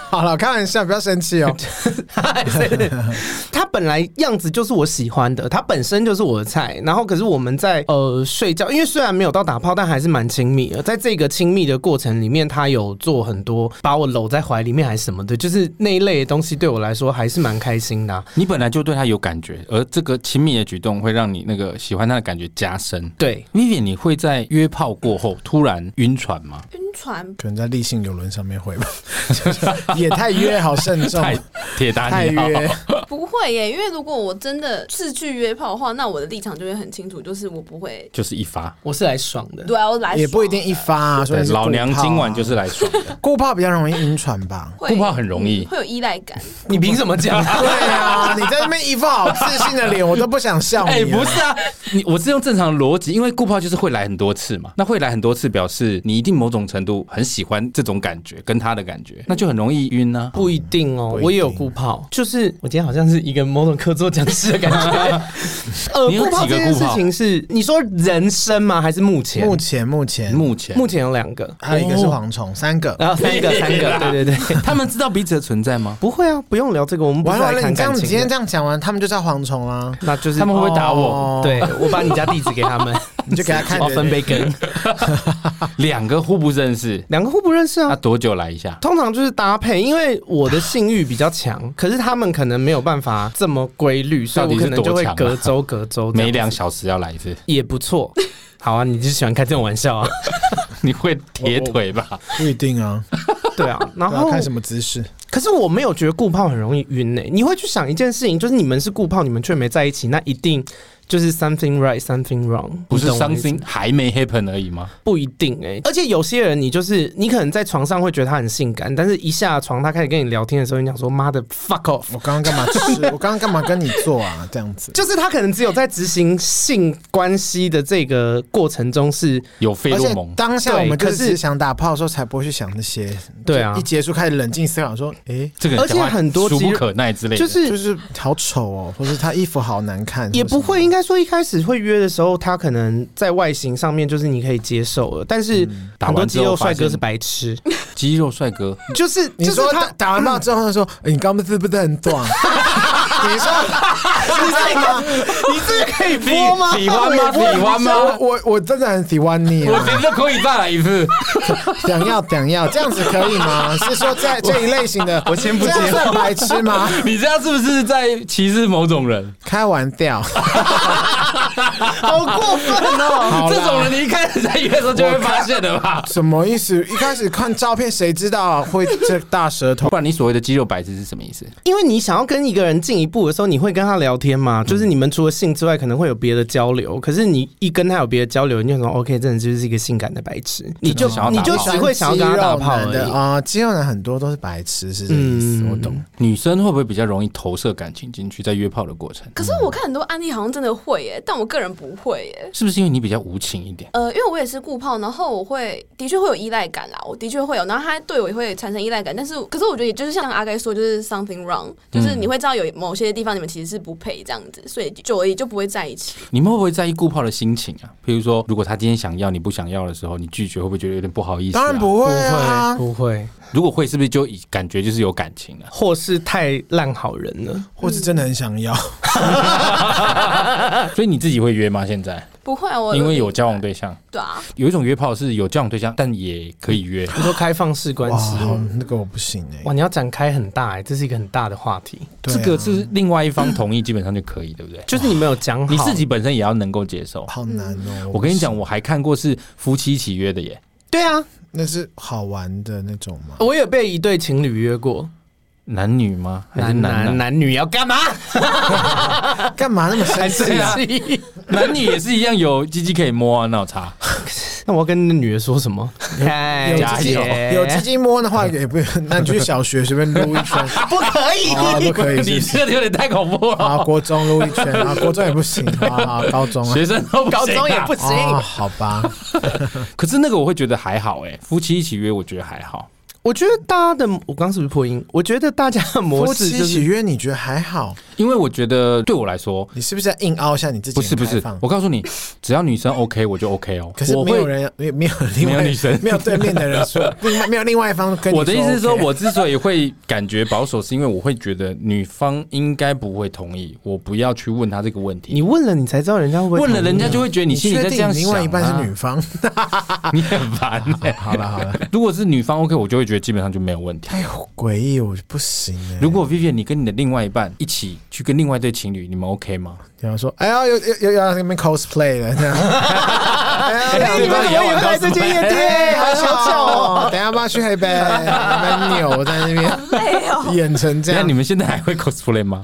[SPEAKER 5] 好了，开玩笑，不要生气哦。
[SPEAKER 3] 他本来样子就是我喜欢的，他本身就是我的菜。然后可是我们在呃睡觉，因为虽然没有到打炮，但还是蛮亲密的。在这个亲密的过程里面，他有做很多把我搂在怀里面还是什么的，就是那一类的东西对我来说还是蛮开心的啊、
[SPEAKER 2] 你本来就对他有感觉，而这个亲密的举动会让你那个喜欢他的感觉加深。
[SPEAKER 3] 对，
[SPEAKER 2] Vivian，你会在约炮过后突然晕船吗？
[SPEAKER 4] 晕船
[SPEAKER 5] 可能在立信游轮上面 会吧，就是也太约，好慎重，
[SPEAKER 2] 太铁达
[SPEAKER 5] 太
[SPEAKER 2] 尼号，
[SPEAKER 5] 约。
[SPEAKER 4] 不会耶，因为如果我真的是去约炮的话，那我的立场就会很清楚，就是我不会。
[SPEAKER 2] 就是一发。
[SPEAKER 3] 我是来爽的。
[SPEAKER 4] 对啊，我来
[SPEAKER 5] 也不一
[SPEAKER 4] 爽？
[SPEAKER 5] 定一发、啊，所以
[SPEAKER 2] 对，
[SPEAKER 5] 是
[SPEAKER 2] 老娘
[SPEAKER 5] 顾炮啊
[SPEAKER 2] 今晚就是来爽的。
[SPEAKER 5] 顾炮比较容易晕船吧
[SPEAKER 4] 会
[SPEAKER 2] 顾泡很容易
[SPEAKER 4] 嗯会有依赖感。
[SPEAKER 3] 你凭什么 讲？
[SPEAKER 5] 对啊，你在那边一副好自信的脸，我都不想笑你。
[SPEAKER 2] 哎、不，是啊，你我是用正常的逻辑，因为顾炮就是会来很多次嘛，那会来很多次表示你一定某种程程度很喜欢这种感觉跟他的感觉，那就很容易晕啊呢、
[SPEAKER 3] 不一定哦，
[SPEAKER 5] 不一定
[SPEAKER 3] 我也有顾泡，就是我今天好像是一个某种课座讲师的感 觉。呃，
[SPEAKER 2] 你有
[SPEAKER 3] 顾泡
[SPEAKER 2] 几个
[SPEAKER 3] 这件
[SPEAKER 2] 顾
[SPEAKER 3] 事
[SPEAKER 2] 泡
[SPEAKER 3] 情是你说人生吗？还是目前？
[SPEAKER 5] 目前目前
[SPEAKER 2] 目前
[SPEAKER 3] 目前有两个，
[SPEAKER 5] 还有一个是蝗虫，三个。
[SPEAKER 3] 然后三个三个， 对对对，
[SPEAKER 2] 他们知道彼此的存在吗？
[SPEAKER 3] 不会啊，不用聊这个，我们不是
[SPEAKER 5] 完
[SPEAKER 3] 来
[SPEAKER 5] 了，
[SPEAKER 3] 看
[SPEAKER 5] 你这样
[SPEAKER 3] 感
[SPEAKER 5] 你
[SPEAKER 3] 情
[SPEAKER 5] 今
[SPEAKER 3] 的
[SPEAKER 5] 天这样讲完，他们就叫蝗虫啦。
[SPEAKER 3] 那就是
[SPEAKER 2] 他们会不会打
[SPEAKER 5] 哦
[SPEAKER 2] 我？
[SPEAKER 3] 对我把你家地址给他们，
[SPEAKER 5] 你就给他 看
[SPEAKER 3] 我要分
[SPEAKER 5] 人
[SPEAKER 3] 杯羹。
[SPEAKER 2] 两个互不认识，
[SPEAKER 3] 两个互不认识
[SPEAKER 2] 那
[SPEAKER 3] 啊。
[SPEAKER 2] 多久来一下？
[SPEAKER 3] 通常就是搭配，因为我的性欲比较 强，可是他们可能没有办法这么规律，所以我可能就会
[SPEAKER 2] 到底是多强
[SPEAKER 3] 隔
[SPEAKER 2] 啊
[SPEAKER 3] 周隔周这样子，
[SPEAKER 2] 每两小时要来一次，
[SPEAKER 3] 也不错。好啊，你就喜欢开这种玩笑 啊？
[SPEAKER 2] 你会铁腿吧？
[SPEAKER 5] 不一定啊，
[SPEAKER 3] 对啊，然
[SPEAKER 5] 要
[SPEAKER 3] 后
[SPEAKER 5] 看什么姿势。
[SPEAKER 3] 可是我没有觉得顾泡很容易晕呢、欸你会去想一件事情，就是你们是顾泡，你们却没在一起，那一定就是 something right something wrong，
[SPEAKER 2] 不是
[SPEAKER 3] 你懂我意
[SPEAKER 2] 伤
[SPEAKER 3] 思
[SPEAKER 2] 心还没 happen 而已吗？
[SPEAKER 3] 不一定哎、而且有些人你就是你可能在床上会觉得他很性感，但是一下床他开始跟你聊天的时候，你想说妈的 fuck off，
[SPEAKER 5] 我刚刚干嘛吃？ 我刚刚干嘛跟你做啊？这样子，
[SPEAKER 3] 就是他可能只有在执行性关系的这个过程中是，
[SPEAKER 2] 有费
[SPEAKER 5] 而
[SPEAKER 2] 洛
[SPEAKER 5] 且
[SPEAKER 2] 蒙，
[SPEAKER 5] 当下
[SPEAKER 3] 对
[SPEAKER 5] 我们就
[SPEAKER 3] 可
[SPEAKER 5] 是
[SPEAKER 3] 是
[SPEAKER 5] 只是想打炮的时候才不会去想那些。
[SPEAKER 3] 对啊
[SPEAKER 5] 就一结束开始冷静思考，说，诶，
[SPEAKER 2] 这个人
[SPEAKER 3] 而且
[SPEAKER 2] 讲话
[SPEAKER 3] 很多
[SPEAKER 2] 俗
[SPEAKER 3] 肌
[SPEAKER 2] 不
[SPEAKER 3] 肉
[SPEAKER 2] 可耐之类的，
[SPEAKER 3] 就是
[SPEAKER 5] 就是好丑哦，或是他衣服好难看，
[SPEAKER 3] 也不
[SPEAKER 5] 或
[SPEAKER 3] 会，
[SPEAKER 5] 什么
[SPEAKER 3] 应该说一开始会约的时候，他可能在外形上面就是你可以接受了，但是
[SPEAKER 2] 嗯打
[SPEAKER 3] 很多
[SPEAKER 2] 完之
[SPEAKER 3] 肌
[SPEAKER 2] 后
[SPEAKER 3] 肉帅
[SPEAKER 2] 发
[SPEAKER 3] 哥
[SPEAKER 2] 现
[SPEAKER 3] 是白痴，
[SPEAKER 2] 肌肉帅哥，
[SPEAKER 3] 就是
[SPEAKER 5] 你
[SPEAKER 3] 就是
[SPEAKER 5] 说
[SPEAKER 3] 他
[SPEAKER 5] 打打完炮之后，他说：“欸你刚刚是不是很 短？”你说你这个
[SPEAKER 3] 你这个可以播吗？
[SPEAKER 2] 喜欢吗？喜欢吗？
[SPEAKER 5] 我我我真的很喜欢你
[SPEAKER 2] 我
[SPEAKER 5] 啊，
[SPEAKER 2] 觉得可以再来一次。
[SPEAKER 5] 想要想要，这样子可以 吗？是说在这一类型的，
[SPEAKER 3] 我先不
[SPEAKER 5] 这样
[SPEAKER 3] 接
[SPEAKER 5] 算白痴吗？
[SPEAKER 2] 你这样是不是在歧视某种人？
[SPEAKER 5] 开玩笑，
[SPEAKER 3] 好过分哦！
[SPEAKER 5] 好啦
[SPEAKER 2] 这种人你一开始在约的时候就会发现的吧？
[SPEAKER 5] 什么意思？一开始看照片，谁知道会这大 舌头？
[SPEAKER 2] 不然你所谓的肌肉白痴是什么意思？
[SPEAKER 3] 因为你想要跟一个人进一步的时候，你会跟他聊天嘛？就是你们除了性之外，可能会有别的交流。可是你一跟他有别的交流，你就说 OK，真的就是一个性感的白痴，你就
[SPEAKER 2] 想要
[SPEAKER 3] 你
[SPEAKER 2] 打炮
[SPEAKER 3] 就只会想要跟他打炮
[SPEAKER 5] 肌肉男
[SPEAKER 3] 而
[SPEAKER 5] 的
[SPEAKER 3] 已。
[SPEAKER 5] 啊，肌肉男很多都是白痴，是这个意思，
[SPEAKER 3] 嗯
[SPEAKER 5] 我懂。
[SPEAKER 2] 女生会不会比较容易投射感情进去，在约炮的过程？
[SPEAKER 4] 可是我看很多案例好像真的会耶，但我个人不会耶。
[SPEAKER 2] 是不是因为你比较无情一点？
[SPEAKER 4] 呃，因为我也是顾炮，然后我会的确会有依赖感啦，我的确会有，然后他对我也会产生依赖感，但是可是我觉得也就是像阿该说，就是 something wrong，就是
[SPEAKER 2] 嗯
[SPEAKER 4] 你会知道有某些地方你们其实是不配这样子，所以久了也就不会在一起。
[SPEAKER 2] 你们会不会在意顾炮的心情啊？譬如说，如果他今天想要你不想要的时候，你拒绝会不会觉得有点不好意思、啊
[SPEAKER 5] 当然，不会啊，
[SPEAKER 3] 不会，
[SPEAKER 2] 如果会，是不是就感觉就是有感情了、
[SPEAKER 3] 或是太烂好人了。
[SPEAKER 5] 或是真的很想要。
[SPEAKER 2] 啊所以你自己会约吗？现在
[SPEAKER 4] 不会啊，我
[SPEAKER 2] 因为有交往对象，
[SPEAKER 4] 对啊，
[SPEAKER 2] 有一种约炮是有交往对象，但也可以约。
[SPEAKER 3] 你说开放式关
[SPEAKER 5] 哇，
[SPEAKER 3] 系，
[SPEAKER 5] 好那个我不行哎
[SPEAKER 3] 哇，，你要展开很大哎、这是一个很大的话题。
[SPEAKER 5] 对啊
[SPEAKER 2] 这个是另外一方同意，基本上就可以，对不对？
[SPEAKER 3] 就是你没有讲好，
[SPEAKER 2] 你自己本身也要能够接受。
[SPEAKER 5] 好难哦。
[SPEAKER 2] 我跟你讲，我还看过是夫妻一起约的耶，
[SPEAKER 3] 对啊，
[SPEAKER 5] 那是好玩的那种吗？
[SPEAKER 3] 我有被一对情侣约过，
[SPEAKER 2] 男女吗？还是男
[SPEAKER 3] 男男女要干嘛？
[SPEAKER 5] 干嘛那么生气？
[SPEAKER 2] 对 啊，男女也是一样，有鸡鸡可以摸啊，脑茶。
[SPEAKER 3] 那我要跟那女的说什么？
[SPEAKER 5] 有
[SPEAKER 3] 哎
[SPEAKER 2] 加
[SPEAKER 5] 鸡鸡
[SPEAKER 2] 油
[SPEAKER 5] 有鸡鸡摸的
[SPEAKER 2] 哎
[SPEAKER 5] 话也不，那你去小学随便撸 一圈，
[SPEAKER 3] 不可以
[SPEAKER 5] 啊不可以
[SPEAKER 2] 你
[SPEAKER 5] 是不是。
[SPEAKER 2] 这个有点太恐怖
[SPEAKER 5] 啊，
[SPEAKER 2] 了，
[SPEAKER 5] 国中撸一圈啊，国中也不行啊，啊高中啊，
[SPEAKER 2] 学生都不
[SPEAKER 3] 高中也
[SPEAKER 2] 行啊
[SPEAKER 3] 不行。
[SPEAKER 5] 哦，好吧，
[SPEAKER 2] 可是那个我会觉得还好哎，夫妻一起约我觉得还好。
[SPEAKER 3] 我觉得大家的，我刚是不是破音？我觉得大家的模
[SPEAKER 5] 夫
[SPEAKER 3] 式
[SPEAKER 5] 妻一
[SPEAKER 3] 就
[SPEAKER 5] 起
[SPEAKER 3] 是
[SPEAKER 5] 约你觉得还好？
[SPEAKER 2] 因为我觉得对我来说，
[SPEAKER 5] 你是不是在硬凹一下你自
[SPEAKER 2] 不
[SPEAKER 5] 己？
[SPEAKER 2] 是不是，我告诉你，只要女生 OK 我就 OK 哦。
[SPEAKER 5] 可是
[SPEAKER 2] 我
[SPEAKER 5] 没
[SPEAKER 2] 会
[SPEAKER 5] 有人，没有没有另
[SPEAKER 2] 没
[SPEAKER 5] 外
[SPEAKER 2] 有女生
[SPEAKER 5] 没有对面的 人说，另外没有另外一方跟你
[SPEAKER 2] 我的意思是说，
[SPEAKER 5] OK
[SPEAKER 2] 我之所以会感觉保守，是因为我会觉得女方应该不会同意，我不要去问她这个问题。
[SPEAKER 3] 你问了，你啊才知道人家会不会
[SPEAKER 2] 问了人家就
[SPEAKER 3] 会。
[SPEAKER 2] 会觉得你
[SPEAKER 5] 你
[SPEAKER 2] 心里
[SPEAKER 5] 确
[SPEAKER 2] 在这样
[SPEAKER 5] 定
[SPEAKER 2] 想、啊，
[SPEAKER 5] 另外一半是女，方？
[SPEAKER 2] 你很烦、欸。
[SPEAKER 5] 好了好了，
[SPEAKER 2] 如果是女方 OK，我就会觉得基本上就没有问题。啊
[SPEAKER 5] 太 诡异，我不行哎。
[SPEAKER 2] 如果 Vivian 你跟你的另外一半一起去跟另外一对情侣，你们 OK 吗？
[SPEAKER 5] 比方说，哎呀，又又又要在那边 cosplay 了，这样。哎呀，
[SPEAKER 2] 你们也要玩
[SPEAKER 3] 来这间夜
[SPEAKER 5] 对，
[SPEAKER 3] 店，
[SPEAKER 5] 好
[SPEAKER 3] 好
[SPEAKER 5] 想
[SPEAKER 3] 想
[SPEAKER 5] 巧哦！等一下帮他去黑白，蛮扭在那边，
[SPEAKER 4] 累哦，
[SPEAKER 5] 演成这
[SPEAKER 2] 那
[SPEAKER 5] 样
[SPEAKER 2] 你，们现在还会 cosplay 吗？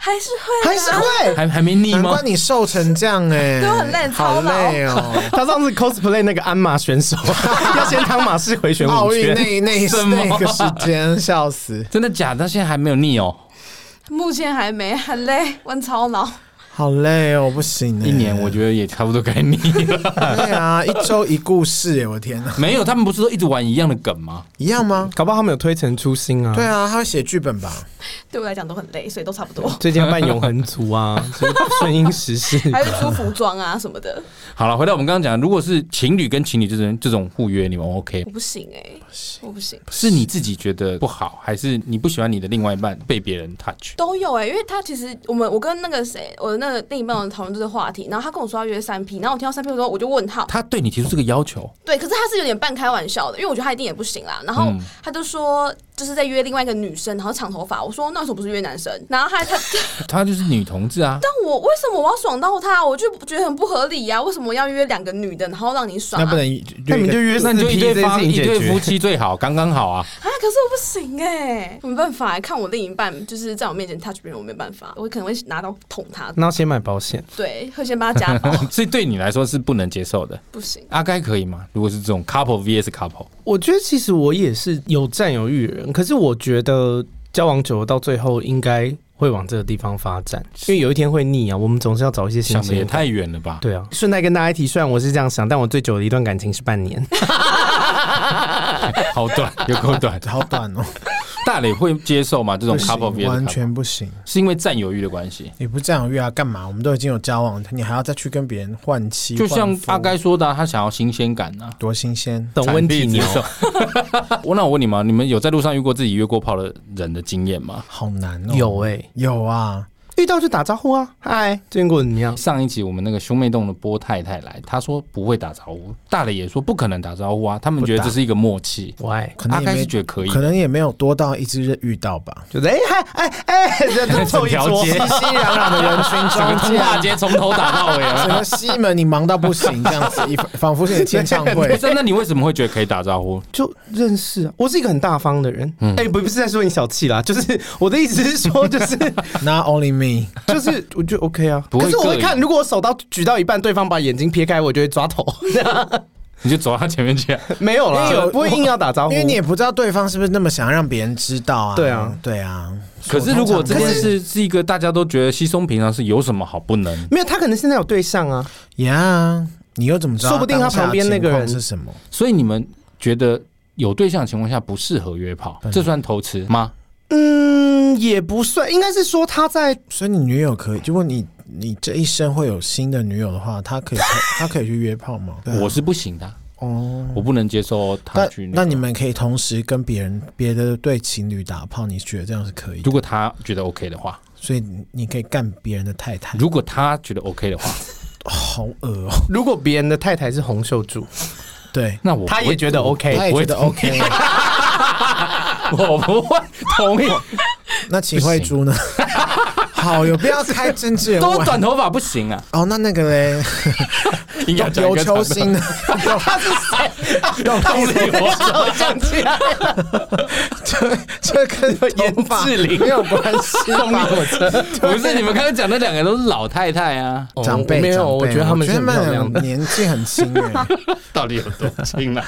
[SPEAKER 4] 还是会啊
[SPEAKER 5] 还是会，
[SPEAKER 2] 还还没腻
[SPEAKER 5] 难
[SPEAKER 2] 吗
[SPEAKER 5] 怪？你瘦成这样哎，
[SPEAKER 4] 对我很累
[SPEAKER 5] 好
[SPEAKER 4] 操劳
[SPEAKER 5] 累哦。
[SPEAKER 3] 他上次 cosplay 那个鞍马选手， 要先汤马士回旋
[SPEAKER 5] 奥
[SPEAKER 3] 五
[SPEAKER 5] 运
[SPEAKER 3] 圈。
[SPEAKER 5] 那那
[SPEAKER 2] 什么
[SPEAKER 5] 那个时间，笑死，
[SPEAKER 2] 真的假的？现在还没有腻哦。
[SPEAKER 4] 目前还没，很累，问操劳。
[SPEAKER 5] 好累哦，不行、
[SPEAKER 2] 一年我觉得也差不多该腻 了。
[SPEAKER 5] 得对啊，一周一故事哎，我的天哪，
[SPEAKER 2] 没有，他们不是都一直玩一样的梗吗？
[SPEAKER 5] 一样吗？
[SPEAKER 3] 搞不好他们有推陈出新啊。
[SPEAKER 5] 对啊，他会写剧本吧？
[SPEAKER 4] 对我来讲都很累，所以都差不多。
[SPEAKER 3] 最近要办永恒族啊，就是顺应时事。
[SPEAKER 4] 还是出服装啊什么的，
[SPEAKER 2] 好了，回到我们刚刚讲，如果是情侣跟情侣之间这种互约，你们 OK？
[SPEAKER 4] 我不行哎、我不行，
[SPEAKER 2] 是你自己觉得不好，还是你不喜欢你的另外一半被别人 touch？
[SPEAKER 4] 都有哎、因为他其实我们我跟那个谁，我的那个另一半有讨论这个话题，然后他跟我说要约三 P，然后我听到三 P 的时候我就问号，
[SPEAKER 2] 他对你提出这个要求，
[SPEAKER 4] 对，可是他是有点半开玩笑的，因为我觉得他一定也不行啦，然后他就说就是在约另外一个女生，然后长头发，我说那为什么不是约男生？然后他 他。
[SPEAKER 2] 他就是女同志啊。
[SPEAKER 4] 但我为什么我要爽到他？我就觉得很不合理呀、为什么要约两个女的，然后让你爽
[SPEAKER 5] 那
[SPEAKER 4] 啊？
[SPEAKER 5] 不
[SPEAKER 4] 啊，
[SPEAKER 5] 能约一个
[SPEAKER 3] 那你们就约
[SPEAKER 2] 那
[SPEAKER 3] 四
[SPEAKER 2] 你就
[SPEAKER 3] P
[SPEAKER 2] 一
[SPEAKER 3] 这
[SPEAKER 2] 对
[SPEAKER 3] 件
[SPEAKER 2] 夫
[SPEAKER 3] 事情
[SPEAKER 2] 一
[SPEAKER 3] 解
[SPEAKER 2] 对夫
[SPEAKER 3] 决。
[SPEAKER 2] 妻最好，刚刚 好啊。
[SPEAKER 4] 可是我不行哎、我没办法、看我另一半就是在我面前 touch 别人，我没办法，我可能会拿刀捅他。
[SPEAKER 3] 那要先买保险，
[SPEAKER 4] 对，会先帮 他加保，
[SPEAKER 2] 所以对你来说是不能接受的。
[SPEAKER 4] 不行。
[SPEAKER 2] 阿该可以吗？如果是这种 couple vs couple，
[SPEAKER 3] 我觉得其实我也是有占有欲的人，可是我觉得交往久了到最后应该会往这个地方发展，因为有一天会腻啊。我们总是要找一些新
[SPEAKER 2] 想的也
[SPEAKER 3] 鲜感。
[SPEAKER 2] 太远了吧？
[SPEAKER 3] 对啊，顺带跟大家一提，虽然我是这样想，但我最久的一段感情是半年。
[SPEAKER 2] 好短，有够短。
[SPEAKER 5] 好短哦，
[SPEAKER 2] 大磊会接受吗？这种
[SPEAKER 5] 不
[SPEAKER 2] couple
[SPEAKER 5] 行
[SPEAKER 2] vs
[SPEAKER 5] 完
[SPEAKER 2] couple
[SPEAKER 5] 全不行。
[SPEAKER 2] 是因为占有欲的关系。
[SPEAKER 5] 你不这样约啊，干嘛？我们都已经有交往，你还要再去跟别人换妻，
[SPEAKER 2] 就像
[SPEAKER 5] 换夫
[SPEAKER 2] 阿该说的啊、他想要新鲜感啊。
[SPEAKER 5] 多新鲜。
[SPEAKER 3] 懂温体牛，
[SPEAKER 2] 我那我问你们，你们有在路上遇过自己约过炮的人的经验吗？
[SPEAKER 5] 好难哦。
[SPEAKER 3] 有哎、
[SPEAKER 2] 欸
[SPEAKER 5] 有啊，
[SPEAKER 3] 遇到就打招呼啊，嗨，最近过得怎么样？
[SPEAKER 2] 上一集我们那个兄妹洞的波太太来，她说不会打招呼，大磊也说不可能打招呼啊，他们觉得这是一个默契。
[SPEAKER 3] 喂，
[SPEAKER 5] 可
[SPEAKER 2] 阿
[SPEAKER 5] 能也
[SPEAKER 2] 该是
[SPEAKER 5] 没
[SPEAKER 2] 觉得可以，
[SPEAKER 5] 可能也没有多到一直遇到吧。
[SPEAKER 3] 就是哎嗨哎哎，这这凑
[SPEAKER 2] 整
[SPEAKER 3] 一桌，
[SPEAKER 2] 条街
[SPEAKER 5] 熙熙攘攘的人 群
[SPEAKER 2] 整个
[SPEAKER 5] 中
[SPEAKER 2] 通
[SPEAKER 5] 间，
[SPEAKER 2] 化街从头打到尾啊
[SPEAKER 5] 整。个哎西门你忙到不行，这样子，一仿佛是你的签唱
[SPEAKER 2] 不
[SPEAKER 5] 会。
[SPEAKER 2] 是，那你为什么会觉得可以打招呼？
[SPEAKER 3] 就认识啊。我是一个很大方的人，哎、不不是在说你小气啦，就是我的意思是说，就是
[SPEAKER 5] Not only me，
[SPEAKER 3] 就是我觉得 OK 啊。
[SPEAKER 2] 不会
[SPEAKER 3] 可是我会
[SPEAKER 2] 膈应
[SPEAKER 3] 看，如果我手刀举到一半，对方把眼睛撇开，我就会抓 头。
[SPEAKER 2] 你就走到他前面去啊、
[SPEAKER 3] 没有啦，
[SPEAKER 5] 因为有
[SPEAKER 3] 不会硬要打
[SPEAKER 2] 哦
[SPEAKER 3] 招呼，
[SPEAKER 5] 因为你也不知道对方是不是那么想让别人知道啊。
[SPEAKER 3] 对啊，
[SPEAKER 5] 对啊。
[SPEAKER 2] 可是如果这
[SPEAKER 5] 可
[SPEAKER 2] 件
[SPEAKER 5] 是
[SPEAKER 2] 事是一个大家都觉得稀松平常，是有什么好不能？
[SPEAKER 3] 没有他可能现在有对象啊，
[SPEAKER 5] 呀，你又怎么知道？
[SPEAKER 3] 说不定他旁边那个人
[SPEAKER 5] 是什么？
[SPEAKER 2] 所以你们觉得有对象的情况下不适合约炮，这算偷吃吗？
[SPEAKER 3] 嗯，也不算，应该是说他在
[SPEAKER 5] 所以你女友可以，如果你你这一生会有新的女友的话，她可以她可以去约炮 吗？对啊
[SPEAKER 2] 我是不行的啊，
[SPEAKER 5] 哦。
[SPEAKER 2] 我不能接受他
[SPEAKER 5] 那
[SPEAKER 2] 去个
[SPEAKER 5] 那你们可以同时跟别人别的对情侣打炮，你觉得这样是可以的
[SPEAKER 2] 如？果他觉得 OK 的话，
[SPEAKER 5] 所以你你可以干别人的太太，
[SPEAKER 2] 如果他觉得 OK 的话，
[SPEAKER 5] 好恶哦、
[SPEAKER 3] 如果别人的太太是红袖柱，
[SPEAKER 5] 对，
[SPEAKER 2] 那我
[SPEAKER 3] 他也觉得 OK，
[SPEAKER 5] 他也觉得 OK。
[SPEAKER 2] 我不会同意。
[SPEAKER 5] 那秦惠珠呢？好，有必要开政治人物
[SPEAKER 2] 都短头发不行啊，
[SPEAKER 5] 哦？那那个嘞，
[SPEAKER 2] 应该讲一
[SPEAKER 5] 刘
[SPEAKER 2] 个
[SPEAKER 5] 秋
[SPEAKER 2] 长 头
[SPEAKER 5] 兴 呢？
[SPEAKER 3] 他是 谁？
[SPEAKER 2] 发不是我
[SPEAKER 3] 我想 起来了，
[SPEAKER 5] 这这跟头发
[SPEAKER 2] 严志玲
[SPEAKER 5] 没有关 系
[SPEAKER 3] 动力
[SPEAKER 5] 吧？
[SPEAKER 3] 火车。
[SPEAKER 2] 不是你们刚刚讲那两个都是老太太啊，
[SPEAKER 3] 哦
[SPEAKER 5] 长辈
[SPEAKER 3] 没有，我
[SPEAKER 5] 长辈
[SPEAKER 3] 觉得他们是很
[SPEAKER 5] 我觉
[SPEAKER 3] 漂
[SPEAKER 5] 得他
[SPEAKER 3] 亮的
[SPEAKER 5] 们。年纪很轻哎。
[SPEAKER 2] 到底有多轻啊？